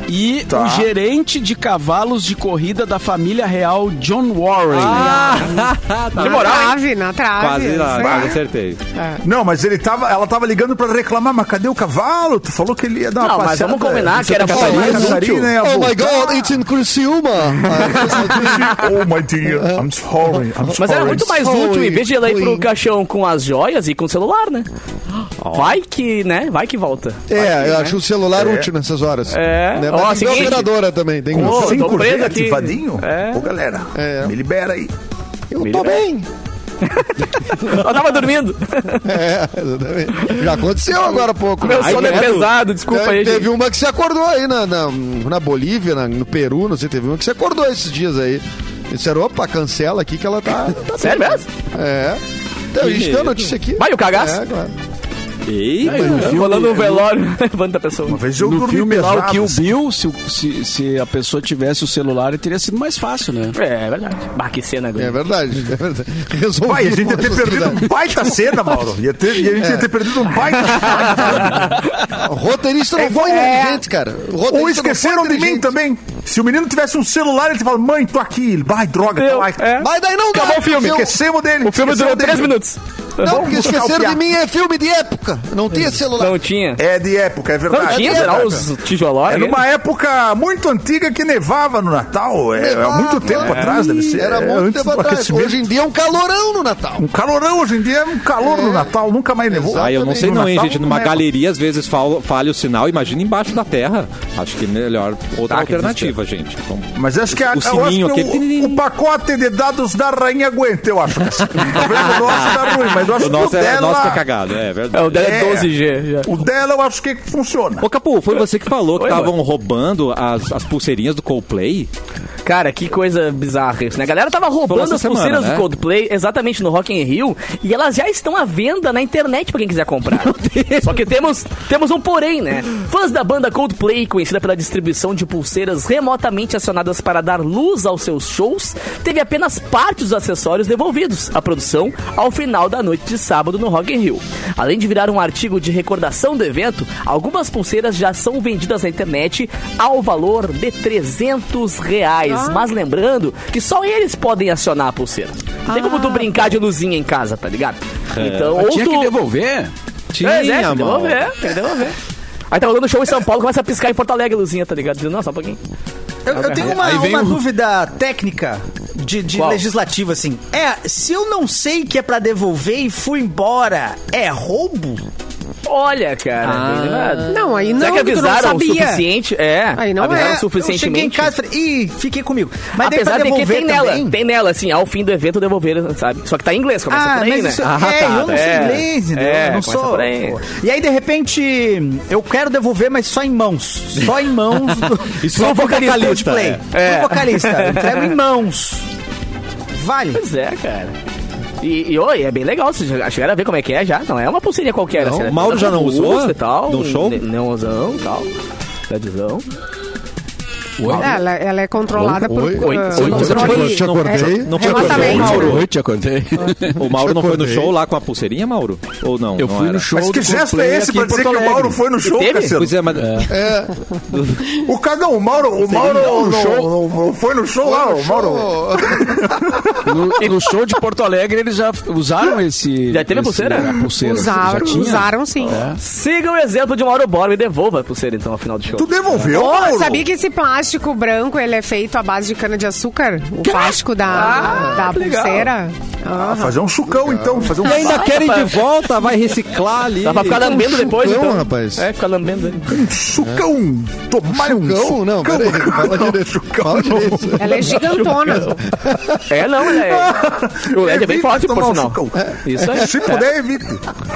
Speaker 10: e
Speaker 9: Tá.
Speaker 10: o gerente de cavalos de corrida da família real John Warren.
Speaker 1: Ah, tá.
Speaker 5: Na trave, na trave.
Speaker 1: Quase
Speaker 5: isso é
Speaker 1: lá,
Speaker 5: aí.
Speaker 1: quase acertei.
Speaker 9: Não, mas ele tava, ela tava ligando pra reclamar, mas cadê o cavalo? Tu falou que ele ia dar uma
Speaker 4: Não, mas
Speaker 9: passeada. é
Speaker 4: vamos combinar que era
Speaker 9: Santa
Speaker 4: pra
Speaker 9: Catarina,
Speaker 4: ser mais útil.
Speaker 9: Catarina, ia
Speaker 6: Oh my
Speaker 9: voltar.
Speaker 6: god,
Speaker 9: [LAUGHS]
Speaker 6: it's in Criciúma.
Speaker 9: Oh my dear, I'm sorry, I'm sorry.
Speaker 4: Mas era muito mais
Speaker 6: Sorry,
Speaker 4: útil em vez de ela ir pro
Speaker 6: sorry.
Speaker 4: caixão com as joias e com o celular, né? Vai que, né? Vai que volta.
Speaker 6: É, eu acho o celular útil nessas horas.
Speaker 4: É.
Speaker 6: Né?
Speaker 4: Ó,
Speaker 6: Mas tem que ver
Speaker 4: seguinte.
Speaker 6: a operadora também, tem que
Speaker 4: Ô,
Speaker 6: ver.
Speaker 9: Sem
Speaker 4: tô preso
Speaker 9: correr
Speaker 4: aqui.
Speaker 9: ativadinho?
Speaker 4: É.
Speaker 9: Ô galera,
Speaker 6: É.
Speaker 9: me libera aí.
Speaker 6: Eu tô bem.
Speaker 4: Ela tava dormindo.
Speaker 6: É, [LAUGHS] exatamente. Já aconteceu agora há pouco.
Speaker 4: Meu
Speaker 6: Aí
Speaker 4: sono é
Speaker 6: teve-
Speaker 4: pesado, desculpa aí,
Speaker 6: É, Teve
Speaker 4: gente.
Speaker 6: uma que se acordou aí na, na, na Bolívia, na- no Peru, não sei, teve uma que se acordou esses dias aí. E disseram, opa, cancela aqui que ela
Speaker 9: [LAUGHS]
Speaker 6: tá. tá
Speaker 4: Sério
Speaker 6: bem.
Speaker 4: mesmo?
Speaker 6: É. Então, a gente tem a notícia aqui.
Speaker 4: Vai, o cagaço?
Speaker 6: É, claro.
Speaker 1: Eita,
Speaker 4: Rolando um velório, levanta a pessoa.
Speaker 9: Uma vez eu
Speaker 10: No
Speaker 9: dormi
Speaker 10: filme lá, o
Speaker 9: pesado.
Speaker 10: Kill Bill, se, o- se, se a pessoa tivesse o celular, teria sido mais fácil, né?
Speaker 4: É, é verdade. Bah, que cena,
Speaker 6: É
Speaker 4: agora.
Speaker 6: verdade, é verdade. Resolveu.
Speaker 9: Pai, a gente ia ter perdido um baita cena, Mauro. Ia ter, e a gente ia ter perdido um baita
Speaker 6: É.
Speaker 9: cena.
Speaker 6: Roteirista não foi inteligente, cara. Roteirista não
Speaker 9: É Ou
Speaker 6: foi
Speaker 9: esqueceram de mim
Speaker 6: inteligente.
Speaker 9: também. Se o menino tivesse um celular, ele fala, mãe, tô aqui. Ele, Vai, droga, tá
Speaker 4: Deu,
Speaker 9: lá.
Speaker 4: é.
Speaker 6: Mas daí não dá.
Speaker 9: Acabou o filme.
Speaker 6: porque-
Speaker 9: Esquecemos dele.
Speaker 4: O filme durou
Speaker 9: Esquecemos
Speaker 4: 3
Speaker 9: dele.
Speaker 4: minutos.
Speaker 6: Não, porque
Speaker 9: buscar o
Speaker 6: esqueceram
Speaker 9: piá.
Speaker 6: de mim, é filme de época. Não tinha celular.
Speaker 4: Não tinha.
Speaker 9: É de época, é verdade.
Speaker 4: Não tinha,
Speaker 9: é
Speaker 4: será?
Speaker 9: verdade.
Speaker 4: Os tijolóis.
Speaker 9: É
Speaker 4: né?
Speaker 9: numa época muito antiga que nevava no Natal. É,
Speaker 6: Levava. né?
Speaker 9: há muito tempo atrás, deve ser.
Speaker 6: Era
Speaker 9: é,
Speaker 6: muito
Speaker 9: antes
Speaker 6: tempo
Speaker 9: do
Speaker 6: atrás.
Speaker 9: aquecimento.
Speaker 6: Hoje em dia é um calorão no Natal.
Speaker 9: Um calorão hoje em dia é um calor no Natal, nunca mais nevou.
Speaker 6: Exato.
Speaker 1: Aí eu não sei
Speaker 9: No
Speaker 1: não, hein,
Speaker 9: Natal,
Speaker 1: gente. Numa
Speaker 9: não é.
Speaker 1: galeria, às vezes fal- falha o sinal. Imagina embaixo da terra. Acho que melhor outra
Speaker 4: Tá, que
Speaker 1: alternativa, gente. Então,
Speaker 9: Mas acho que, a,
Speaker 1: O
Speaker 9: eu
Speaker 1: sininho,
Speaker 9: acho que
Speaker 1: aquele-
Speaker 9: o, o pacote de dados da rainha aguenta, eu acho. Talvez o nosso tá ruim, mas eu acho
Speaker 1: o nosso
Speaker 9: que o
Speaker 1: é,
Speaker 9: dela...
Speaker 1: o nosso que é cagado, é
Speaker 4: É,
Speaker 1: verdade.
Speaker 4: o dela é
Speaker 9: É.
Speaker 4: 12G. Já.
Speaker 9: O dela eu acho que funciona.
Speaker 1: Ô, Capu, foi você que falou que
Speaker 4: Oi,
Speaker 1: estavam roubando as, as pulseirinhas do Coldplay?
Speaker 4: Cara, que coisa bizarra isso, né? A galera tava roubando
Speaker 1: essa
Speaker 4: as pulseiras
Speaker 1: semana, né?
Speaker 4: do Coldplay exatamente no Rock in Rio e elas já estão à venda na internet pra quem quiser comprar. Só que temos, temos um porém, né? Fãs da banda Coldplay, conhecida pela distribuição de pulseiras remotamente acionadas para dar luz aos seus shows, teve apenas parte dos acessórios devolvidos à produção ao final da noite de sábado no Rock in Rio. Além de virar um artigo de recordação do evento, algumas pulseiras já são vendidas na internet ao valor de 300 reais. Mas lembrando que só eles podem acionar a pulseira. Não tem como tu brincar de luzinha em casa, tá ligado? Então, ou
Speaker 10: É. Tinha
Speaker 4: tu...
Speaker 10: que devolver.
Speaker 1: Tinha,
Speaker 4: é, é, tem que
Speaker 1: mano.
Speaker 4: devolver, tem que devolver. Aí tá rolando show em São Paulo, começa a piscar em Porto Alegre a luzinha, tá ligado? Dizendo, não, só um pouquinho.
Speaker 10: Né?
Speaker 3: Eu, eu tenho uma,
Speaker 1: Aí vem
Speaker 3: uma
Speaker 1: o-
Speaker 3: dúvida técnica de, de
Speaker 4: Qual?
Speaker 3: legislativa, assim. É, se eu não sei que é pra devolver e fui embora, é roubo?
Speaker 4: Olha, cara.
Speaker 10: Ah.
Speaker 4: tem-
Speaker 5: Não, aí
Speaker 4: Será
Speaker 5: não,
Speaker 4: que é
Speaker 5: porque tu não
Speaker 4: avisaram o
Speaker 5: sabia.
Speaker 4: suficiente? É,
Speaker 5: Aí não
Speaker 4: avisaram
Speaker 5: é.
Speaker 4: o
Speaker 3: Eu cheguei em
Speaker 4: suficientemente.
Speaker 3: casa e falei, ih, fiquei comigo. Mas daí pra
Speaker 4: Apesar de que
Speaker 3: devolver
Speaker 4: tem nela,
Speaker 3: também-
Speaker 4: tem nela, assim, ao fim do evento devolver, sabe? Só que tá em inglês, começa
Speaker 3: Ah,
Speaker 4: por aí,
Speaker 3: mas
Speaker 4: né?
Speaker 3: isso
Speaker 4: Ah,
Speaker 3: é,
Speaker 4: tá,
Speaker 3: eu não
Speaker 4: tá,
Speaker 3: sei
Speaker 4: é.
Speaker 3: inglês, entendeu?
Speaker 4: É,
Speaker 3: eu não
Speaker 4: começa
Speaker 3: sou.
Speaker 4: por aí.
Speaker 3: pô. E aí, de repente, eu quero devolver, mas só em mãos. Só em mãos.
Speaker 4: [LAUGHS]
Speaker 3: Do...
Speaker 1: E só
Speaker 3: do vocalista do
Speaker 1: vocalista,
Speaker 3: Coldplay.
Speaker 4: é.
Speaker 3: Do vocalista. Eu Entrego em mãos. Vale.
Speaker 4: Pois é, cara. E, e oi, é bem legal, vocês já chegaram a ver como é que é já. Não é uma pulseirinha qualquer.
Speaker 1: Não,
Speaker 4: assim, ela é
Speaker 1: Mauro
Speaker 4: toda
Speaker 1: já não
Speaker 4: robusta
Speaker 1: usou?
Speaker 4: e Tal,
Speaker 1: No show?
Speaker 4: ne- Neonzão e tal. LEDzão.
Speaker 3: Ah,
Speaker 5: Ela, ela é controlada por...
Speaker 6: Oi,
Speaker 5: ah,
Speaker 4: oi,
Speaker 5: controle-
Speaker 6: Te acordei, te acordei.
Speaker 5: É,
Speaker 1: Não te acordei,
Speaker 5: remotamente.
Speaker 1: Mauro.
Speaker 10: te acordei.
Speaker 1: O Mauro não foi no
Speaker 6: Acordei.
Speaker 1: show lá com a pulseirinha, Mauro? Ou não?
Speaker 10: Eu
Speaker 1: Não
Speaker 10: fui
Speaker 1: era?
Speaker 10: no show
Speaker 9: Mas que
Speaker 10: do
Speaker 9: gesto
Speaker 10: Coldplay
Speaker 9: é esse
Speaker 10: aqui
Speaker 9: pra
Speaker 10: em
Speaker 9: dizer
Speaker 10: Porto
Speaker 9: que o Mauro
Speaker 10: Alegre.
Speaker 9: foi no show,
Speaker 4: teve?
Speaker 9: Cassiano?
Speaker 1: Pois é, mas...
Speaker 9: O cara não, o Mauro, o Mauro
Speaker 10: não,
Speaker 9: não,
Speaker 10: no show.
Speaker 9: não- não foi no show lá, o Mauro.
Speaker 10: No, no show de Porto Alegre, eles já usaram esse...
Speaker 4: [LAUGHS] Já teve a
Speaker 10: esse-
Speaker 4: pulseira?
Speaker 10: a pulseira.
Speaker 5: Usaram,
Speaker 10: Já tinha?
Speaker 5: usaram sim.
Speaker 4: Siga o exemplo de Mauro Borba e devolva a pulseira, então, ao final do show.
Speaker 9: Tu devolveu,
Speaker 5: Porra,
Speaker 9: Mauro?
Speaker 5: sabia que esse plástico plástico branco, ele é feito à base de cana-de-açúcar? O plástico da, da pulseira?
Speaker 9: Ah, fazer um sucão, então. Fazer um
Speaker 1: E ainda querem de volta, vai reciclar ali.
Speaker 4: Dá pra ficar lambendo depois,
Speaker 6: Sucão,
Speaker 4: então.
Speaker 6: rapaz.
Speaker 4: É, ficar lambendo.
Speaker 9: Um sucão. Tomar um
Speaker 6: Sucão? Não,
Speaker 9: sucão.
Speaker 6: peraí. Fala direito.
Speaker 9: Sucão
Speaker 6: Fala
Speaker 9: não.
Speaker 6: direito.
Speaker 5: Ela é gigantona.
Speaker 4: É, não, é.
Speaker 9: [LAUGHS]
Speaker 4: O LED é bem
Speaker 9: Evite
Speaker 4: forte, por
Speaker 9: tomar um
Speaker 4: sinal.
Speaker 9: sucão.
Speaker 4: Isso aí.
Speaker 9: Se
Speaker 4: É.
Speaker 9: puder, evite.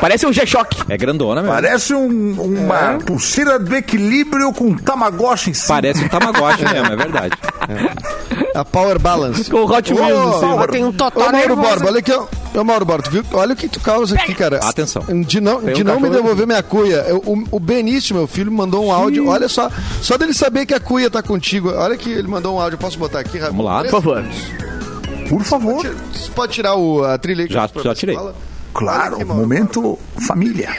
Speaker 4: Parece um G-Shock.
Speaker 1: É grandona mesmo.
Speaker 9: Parece um- uma pulseira do equilíbrio com tamagotchi em cima.
Speaker 1: Parece um Tamagotchi mesmo, é verdade.
Speaker 6: A Power Balance.
Speaker 4: Com o Hot
Speaker 6: Ô,
Speaker 4: Wheels.
Speaker 6: Mauro.
Speaker 5: Ela tem um totó
Speaker 6: Ô, Mauro
Speaker 5: nervoso.
Speaker 6: Borba, olha aqui, ó. Ô, Mauro Borba, tu viu? Olha o que tu causa aqui, cara.
Speaker 1: Atenção.
Speaker 6: De não,
Speaker 4: um
Speaker 6: de não me
Speaker 4: cachorro
Speaker 6: devolver minha cuia. Eu- o, o Benício, meu filho, mandou um áudio. Olha só. Só dele saber que a cuia tá contigo. Olha que ele mandou um áudio. Posso botar aqui, Rafa?
Speaker 1: Vamos lá.
Speaker 4: Por favor.
Speaker 9: Por favor.
Speaker 6: Você pode tirar o, a trilha aí que
Speaker 1: Já-
Speaker 6: eu fiz pra
Speaker 1: já
Speaker 6: você
Speaker 1: tirei.
Speaker 6: fala? Olha
Speaker 9: Claro,
Speaker 6: aqui, Mauro.
Speaker 9: momento família.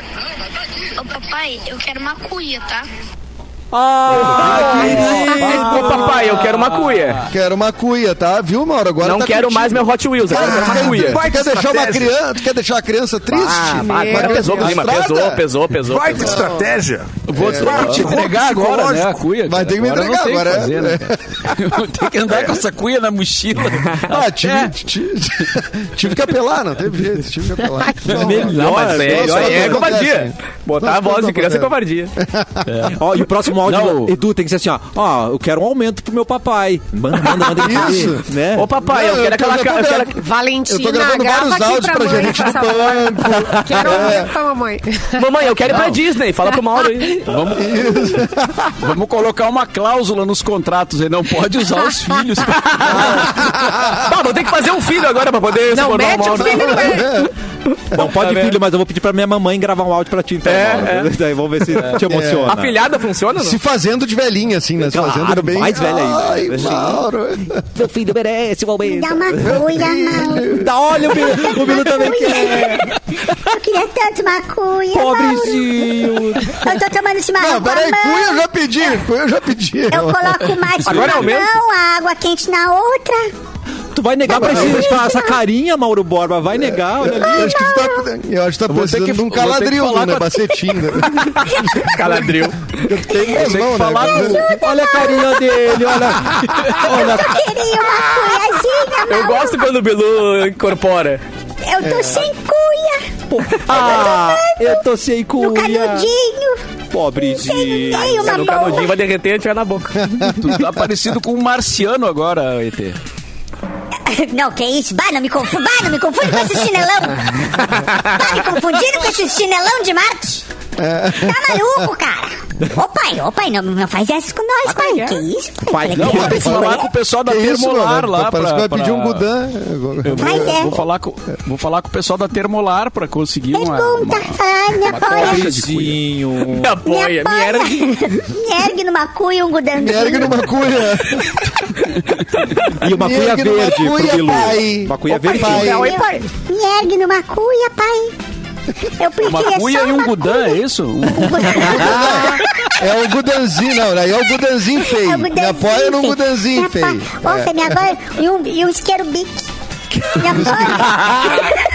Speaker 12: Ô papai, eu quero uma cuia, tá?
Speaker 4: Ô, papai, eu quero uma cuia.
Speaker 6: Quero uma cuia, tá? Viu, Mauro? Agora
Speaker 4: Não
Speaker 6: tá
Speaker 4: quero
Speaker 6: contigo.
Speaker 4: mais meu Hot Wheels, agora eu quero
Speaker 6: Ah,
Speaker 4: uma cuia.
Speaker 6: Tu quer deixar uma
Speaker 9: estratégia.
Speaker 6: criança, tu quer deixar a criança triste?
Speaker 4: Ah, pá,
Speaker 5: Meu
Speaker 4: agora pesou,
Speaker 5: Deus.
Speaker 4: Clima,
Speaker 6: Estrada.
Speaker 4: pesou, pesou, pesou.
Speaker 9: Baita estratégia. É.
Speaker 10: Vou, vou te entregar agora,
Speaker 1: É
Speaker 10: né? A
Speaker 6: Vai
Speaker 10: cuia. cara.
Speaker 6: ter que me
Speaker 10: Agora não
Speaker 6: entregar
Speaker 10: tem o que
Speaker 6: agora,
Speaker 10: fazer,
Speaker 6: é.
Speaker 10: né, cara?
Speaker 1: [LAUGHS]
Speaker 10: Eu tenho que andar com essa cuia na mochila.
Speaker 6: Ah, tive, ti- tive que apelar, não teve jeito, tive que apelar.
Speaker 4: Não, mas é,
Speaker 6: Nossa,
Speaker 4: isso aí é
Speaker 6: acontece.
Speaker 4: covardia. Botar
Speaker 6: Nossa,
Speaker 4: a voz de criança é covardia.
Speaker 1: Ó, e o próximo áudio,
Speaker 10: É. Não.
Speaker 1: Edu, tem que ser assim, ó. Ó, eu quero um aumento pro meu papai. Manda, manda, manda. ele
Speaker 6: Isso.
Speaker 1: pedir, Né?
Speaker 4: Ô, papai, eu
Speaker 6: Não,
Speaker 4: quero
Speaker 6: eu tô-
Speaker 10: tá
Speaker 4: aquela...
Speaker 6: eu tô
Speaker 4: ca- eu
Speaker 6: vendo-
Speaker 4: quero-
Speaker 6: Eu tô
Speaker 5: Valentina,
Speaker 6: gravando vários
Speaker 5: grava aqui
Speaker 6: áudios
Speaker 5: pra,
Speaker 6: pra
Speaker 5: mãe,
Speaker 6: gente
Speaker 5: por
Speaker 6: do
Speaker 5: favor.
Speaker 6: banco.
Speaker 5: Quero um
Speaker 6: É.
Speaker 5: aumento pra mamãe.
Speaker 4: Mamãe, eu quero ir pra Disney. Fala pro Mauro aí.
Speaker 10: Vamos, vamos colocar uma [LAUGHS] cláusula nos contratos aí. Não pode
Speaker 4: [LAUGHS]
Speaker 10: usar os filhos.
Speaker 4: Ah, vou ter que fazer um filho agora pra poder
Speaker 5: Não,
Speaker 4: subornar o
Speaker 5: mete o
Speaker 4: Mauro.
Speaker 5: filho no meio.
Speaker 1: Não pode, filho, mas eu vou pedir pra minha mamãe gravar um áudio pra ti, então.
Speaker 4: É, Ah,
Speaker 1: Mauro. [LAUGHS] Daí vamos ver se te emociona.
Speaker 4: A filhada funciona, não?
Speaker 6: Se fazendo de velhinha, assim, né? Se
Speaker 1: Claro,
Speaker 6: fazendo bem.
Speaker 1: mais velha ainda.
Speaker 6: Ai, Mauro.
Speaker 1: Meu filho merece um
Speaker 11: Me
Speaker 1: aumento.
Speaker 11: dá uma cuia, Mauro.
Speaker 1: Dá, olha, o Bilu, o Bilu também quer.
Speaker 11: Eu queria tanto uma cuia, Mauro.
Speaker 1: Pobrezinho.
Speaker 11: Eu tô tomando chimarrão
Speaker 6: Não,
Speaker 11: com a
Speaker 6: peraí,
Speaker 11: mão.
Speaker 6: cuia eu já pedi, cuia eu já pedi.
Speaker 11: Ah, Eu coloco o mate
Speaker 4: Agora é
Speaker 11: numa
Speaker 4: o mesmo?
Speaker 11: mão, a água quente na outra.
Speaker 1: Tu vai negar pra, esse, pra essa carinha, Mauro Borba? Vai negar, olha ali.
Speaker 6: Eu acho que tu tá, eu acho que tá
Speaker 10: vou ter
Speaker 6: precisando
Speaker 10: que-
Speaker 6: de um
Speaker 10: vou ter que
Speaker 6: caladril,
Speaker 10: falar
Speaker 6: né?
Speaker 10: com a-
Speaker 6: Bacetinho, né?
Speaker 4: Caladril.
Speaker 6: Tem
Speaker 10: Vou ter que
Speaker 6: mão,
Speaker 10: falar
Speaker 6: né?
Speaker 1: Olha a carinha dele, olha. olha.
Speaker 11: Eu queria uma cuiazinha,
Speaker 4: Eu
Speaker 11: Mauro.
Speaker 4: gosto quando o Bilu incorpora.
Speaker 11: Eu tô sem cuia,
Speaker 1: Ah, eu tô sem
Speaker 11: no
Speaker 1: cuia.
Speaker 11: canudinho.
Speaker 1: Pobrezinho.
Speaker 11: Tem um uma
Speaker 4: No
Speaker 11: boa.
Speaker 4: canudinho vai derreter e tirar na boca.
Speaker 10: [LAUGHS] Tu tá parecido com um marciano agora, ET.
Speaker 11: [LAUGHS] Não, que isso? Bah, não me confunde, bah, não me confunde com esse chinelão. Tá me confundindo com esse chinelão de Marte?
Speaker 10: É.
Speaker 11: Tá maluco, cara? Ô pai, ô pai, não, não faz essa com nós, pai. Que isso, pai?
Speaker 10: Não,
Speaker 11: Fala
Speaker 10: vou ter
Speaker 11: que
Speaker 10: que falar com o pessoal
Speaker 1: Tá
Speaker 10: da
Speaker 6: né? Que isso,
Speaker 10: Termolar
Speaker 6: mano?
Speaker 10: lá.
Speaker 6: Parece
Speaker 10: pra-
Speaker 6: que vai pedir um
Speaker 10: pra-
Speaker 6: gudan.
Speaker 10: Eu vou,
Speaker 11: Mas é.
Speaker 10: vou falar com, vou falar com o pessoal da Termolar pra conseguir uma,
Speaker 11: Pergunta,
Speaker 10: uma,
Speaker 11: ai, me
Speaker 10: uma caixa
Speaker 11: apoia.
Speaker 10: de cuia.
Speaker 4: Me apoia, me era.
Speaker 11: Me ergue numa cuia, um
Speaker 6: Me ergue
Speaker 11: gudanguinho.
Speaker 6: numa cuia.
Speaker 1: E [LAUGHS] uma
Speaker 6: Me
Speaker 1: cuia
Speaker 6: ergue numa
Speaker 1: verde pro
Speaker 6: cuia,
Speaker 1: Bilu.
Speaker 6: pai.
Speaker 1: Uma cuia
Speaker 6: Ô,
Speaker 1: verde pro
Speaker 6: pai. é
Speaker 1: Bilu.
Speaker 11: Me- Me ergue numa cuia, pai. Eu
Speaker 10: Uma
Speaker 11: queria
Speaker 10: cuia
Speaker 11: só
Speaker 10: e um
Speaker 11: uma
Speaker 10: gudan, é isso? Um- [LAUGHS]
Speaker 6: É o gudanzinho, não, aí é o gudanzinho feio.
Speaker 11: É o
Speaker 6: Me apoia num gudanzinho
Speaker 11: Me apoia.
Speaker 6: feio. É,
Speaker 11: Ô, você me apoia e um, e
Speaker 6: [LAUGHS]
Speaker 11: um isqueiro-bic. Me apoia.
Speaker 1: [LAUGHS]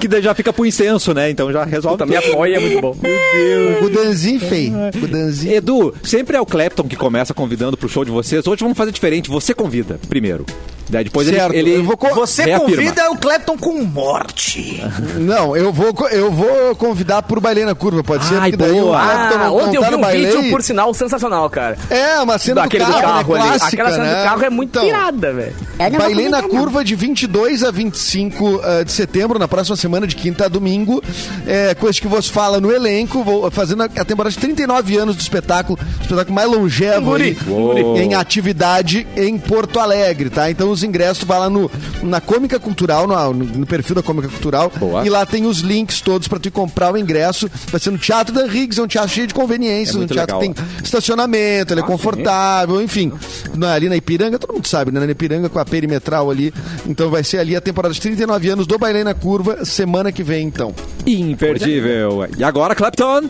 Speaker 1: Que daí já fica pro incenso, né? Então já resolve.
Speaker 4: Puta, me
Speaker 1: tudo.
Speaker 4: apoia, é muito bom.
Speaker 6: O gudanzinho feio. Gudanzinho.
Speaker 1: Edu, sempre é o Clapton que começa convidando pro show de vocês. Hoje vamos fazer diferente. Você convida primeiro. Daí depois ele-
Speaker 6: Certo,
Speaker 1: ele,
Speaker 6: eu vou co-
Speaker 7: Você
Speaker 1: reafirma.
Speaker 7: convida o Clapton com morte.
Speaker 6: Não, eu vou, co- eu vou convidar por baile na curva, pode ser?
Speaker 1: Ai,
Speaker 6: Porque daí
Speaker 1: boa.
Speaker 6: o Clapton
Speaker 4: Ah,
Speaker 6: não-
Speaker 4: ontem
Speaker 6: não
Speaker 4: eu
Speaker 6: tá
Speaker 4: vi
Speaker 6: no
Speaker 4: um
Speaker 6: baile.
Speaker 4: vídeo, por sinal, sensacional, cara.
Speaker 6: É, uma cena
Speaker 4: Daquele
Speaker 6: do
Speaker 4: do
Speaker 6: carro,
Speaker 4: carro
Speaker 6: né?
Speaker 4: ali.
Speaker 6: Clássica,
Speaker 4: Aquela cena
Speaker 6: né?
Speaker 4: do carro é muito
Speaker 6: Então,
Speaker 4: pirada, velho.
Speaker 11: Eu É, não vou
Speaker 6: Bailei na
Speaker 11: comentar, não.
Speaker 6: curva de 22 a 25 eh, de setembro, na próxima semana, de quinta a domingo. É, com este que vos fala no elenco, vou fazendo a a temporada de 39 anos do espetáculo, espetáculo mais longevo
Speaker 4: Guri,
Speaker 6: aí,
Speaker 1: guri.
Speaker 6: em atividade em Porto Alegre, tá? Então os ingressos tu vai lá no, na Cômica Cultural, no, no perfil da Cômica Cultural,
Speaker 1: Boa.
Speaker 6: e lá tem os links todos pra tu ir comprar o ingresso. Vai ser no Teatro da Riggs, é um teatro cheio de conveniências,
Speaker 1: É
Speaker 6: um
Speaker 1: muito
Speaker 6: teatro que
Speaker 1: legal Ah,
Speaker 6: tem estacionamento, ele é confortável, enfim. Na- ali na Ipiranga, todo mundo sabe, né? Na Ipiranga com a perimetral ali. Então vai ser ali a temporada de 39 anos do Bailei na Curva, semana que vem, então.
Speaker 1: Imperdível. E agora, Clapton?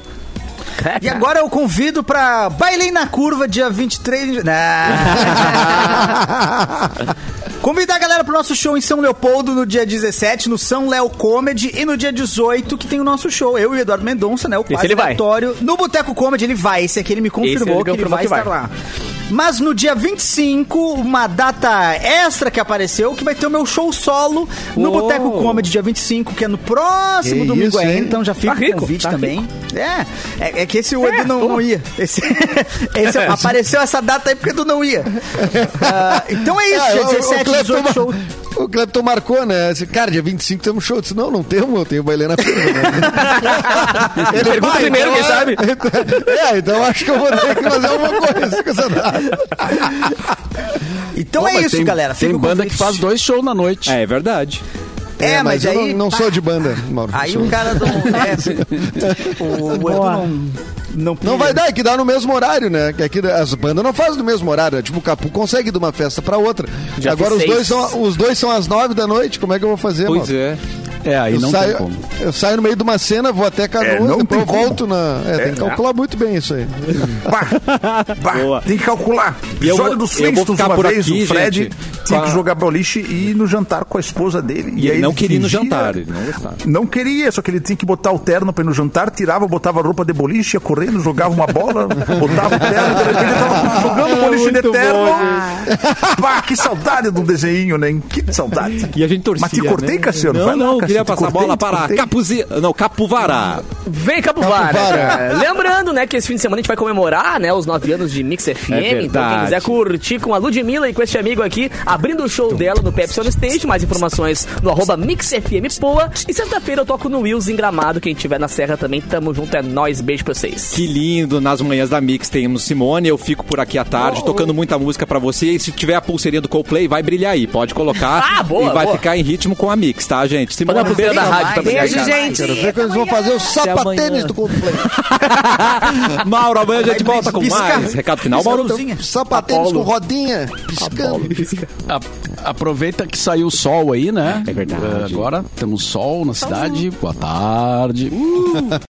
Speaker 7: E agora eu convido pra Bailei na Curva, dia 23. de- Não. Convidar a galera pro nosso show em São Leopoldo no dia 17, no São Léo Comedy, e no dia 18, que tem o nosso show. Eu e o Eduardo Mendonça, né? O
Speaker 4: ele vai.
Speaker 7: aleatório. No Boteco Comedy ele vai. Esse aqui ele me confirmou,
Speaker 4: Esse ele
Speaker 7: que ele
Speaker 4: confirmou
Speaker 7: vai
Speaker 4: que vai.
Speaker 7: estar lá. Mas no dia 25, uma data extra que apareceu, que vai ter o meu show solo no
Speaker 3: Uou.
Speaker 7: Boteco Comedy, dia 25, que é no próximo
Speaker 3: Que
Speaker 7: domingo
Speaker 3: isso,
Speaker 7: ainda.
Speaker 3: hein?
Speaker 7: Então já fica
Speaker 3: Tá
Speaker 7: o
Speaker 3: rico,
Speaker 7: convite
Speaker 3: tá
Speaker 7: também.
Speaker 3: rico.
Speaker 7: É, é, é que esse o Edu
Speaker 3: É,
Speaker 7: não,
Speaker 3: pô.
Speaker 7: não ia. Esse, [LAUGHS] esse- apareceu essa data aí porque o Edu não ia. Ah, então é isso,
Speaker 6: Ah,
Speaker 7: dia
Speaker 6: o- o
Speaker 7: 17,
Speaker 6: Clepton
Speaker 7: 18
Speaker 6: mar-
Speaker 7: show.
Speaker 6: O Clepton marcou, né? Esse, cara, dia 25 temos show. Eu disse, não, não temos, eu tenho bailena firme.
Speaker 4: Pergunta primeiro, quem sabe?
Speaker 6: é, então acho que eu vou ter que fazer alguma coisa com essa data.
Speaker 7: Então
Speaker 10: Pô,
Speaker 7: é
Speaker 10: mas
Speaker 7: isso,
Speaker 10: tem-
Speaker 7: galera.
Speaker 10: Tem
Speaker 7: Fica o
Speaker 10: banda
Speaker 7: convite.
Speaker 10: que faz dois shows na noite. Tá
Speaker 1: É, é verdade.
Speaker 7: É, mas
Speaker 6: eu
Speaker 7: aí,
Speaker 6: não, não
Speaker 7: pá.
Speaker 6: sou de banda, Mauro.
Speaker 7: Aí
Speaker 6: Sou-
Speaker 10: um
Speaker 7: o cara não. é, o o Edu não. Não,
Speaker 6: Não vai dar, é que dá no mesmo horário, né? Que aqui as bandas não fazem no mesmo horário. né? Tipo, o Capu consegue de uma festa pra outra.
Speaker 4: Já
Speaker 6: Agora
Speaker 4: fiz
Speaker 6: os dois,
Speaker 4: seis.
Speaker 6: são, os dois são às nove da noite, como é que eu vou fazer,
Speaker 1: Pois
Speaker 6: Mauro?
Speaker 1: é.
Speaker 10: É, aí
Speaker 6: eu
Speaker 10: não
Speaker 6: saio,
Speaker 10: tem como.
Speaker 6: Eu saio no meio de uma cena, vou até
Speaker 9: É,
Speaker 6: Canoas,
Speaker 9: não
Speaker 6: depois eu
Speaker 9: tem como.
Speaker 6: volto na... É, tem
Speaker 9: É.
Speaker 6: que calcular muito bem isso aí.
Speaker 9: Bah,
Speaker 1: [LAUGHS]
Speaker 9: bah, tem que calcular.
Speaker 1: E eu
Speaker 9: Episódio
Speaker 1: vou-
Speaker 9: dos
Speaker 1: eu vou
Speaker 9: Flintstones
Speaker 1: ficar
Speaker 9: uma
Speaker 1: por
Speaker 9: vez,
Speaker 1: aqui,
Speaker 9: o Fred
Speaker 1: gente,
Speaker 9: tinha
Speaker 1: com
Speaker 9: que
Speaker 1: a-
Speaker 9: jogar boliche e ir no jantar com a esposa dele.
Speaker 1: E ele não queria ir no
Speaker 9: fingia-
Speaker 1: jantar, ele não gostava.
Speaker 9: Não queria, só que ele tinha que botar o terno pra ir no jantar, tirava, botava a roupa de boliche, ia correndo, jogava
Speaker 1: [LAUGHS]
Speaker 9: uma bola, botava o terno, de repente ele tava jogando boliche de terno. Pá, que saudade do desenho, né? Que saudade.
Speaker 1: E a gente torcia.
Speaker 9: Mas te cortei,
Speaker 1: né?
Speaker 9: Cassiano?
Speaker 1: Não,
Speaker 9: Vai lá,
Speaker 1: não, queria
Speaker 9: Cassiano, te
Speaker 1: passar a bola
Speaker 9: cortei, te
Speaker 1: para
Speaker 9: cortei.
Speaker 1: Capuzi... Não, Capuvara.
Speaker 4: Vem, Capuvara!
Speaker 6: Capuvara.
Speaker 4: cara. [LAUGHS] Lembrando, né, que esse fim de semana a gente vai comemorar, né, os nove anos de Mix FM.
Speaker 6: É
Speaker 4: então,
Speaker 1: verdade.
Speaker 4: quem quiser curtir com a Ludmilla e com este amigo aqui, abrindo o
Speaker 6: Então.
Speaker 4: show dela no Pepsi on Stage. Mais informações no arroba Mix FM Poa. E sexta-feira eu toco no Wills em Gramado. Quem tiver na Serra também, tamo junto, é nóis. Beijo pra vocês.
Speaker 1: Que lindo, nas manhãs da Mix temos Simone, eu fico por aqui à tarde,
Speaker 4: Oh,
Speaker 1: tocando muita música pra você. E se tiver a pulseirinha do Coldplay, vai brilhar aí, pode colocar.
Speaker 4: Ah, boa,
Speaker 1: e vai
Speaker 4: boa.
Speaker 1: ficar em ritmo com a Mix, tá, gente?
Speaker 4: Manda a pulseira
Speaker 1: beijo.
Speaker 4: da rádio pra pegar.
Speaker 5: Beijo,
Speaker 6: Quero
Speaker 5: gente.
Speaker 6: ver quando eles vão fazer o sapatênis
Speaker 1: amanhã.
Speaker 6: do Coldplay.
Speaker 1: Mauro, amanhã a gente
Speaker 7: Vai,
Speaker 1: volta com
Speaker 7: pisca.
Speaker 1: mais. Recado final,
Speaker 7: Pisca a
Speaker 1: Mauro?
Speaker 7: luzinha.
Speaker 6: Sapatênis
Speaker 1: Apolo.
Speaker 6: com rodinha, piscando.
Speaker 10: A- aproveita que saiu o sol aí, né?
Speaker 1: É verdade.
Speaker 10: Agora temos sol na cidade. Boa tarde.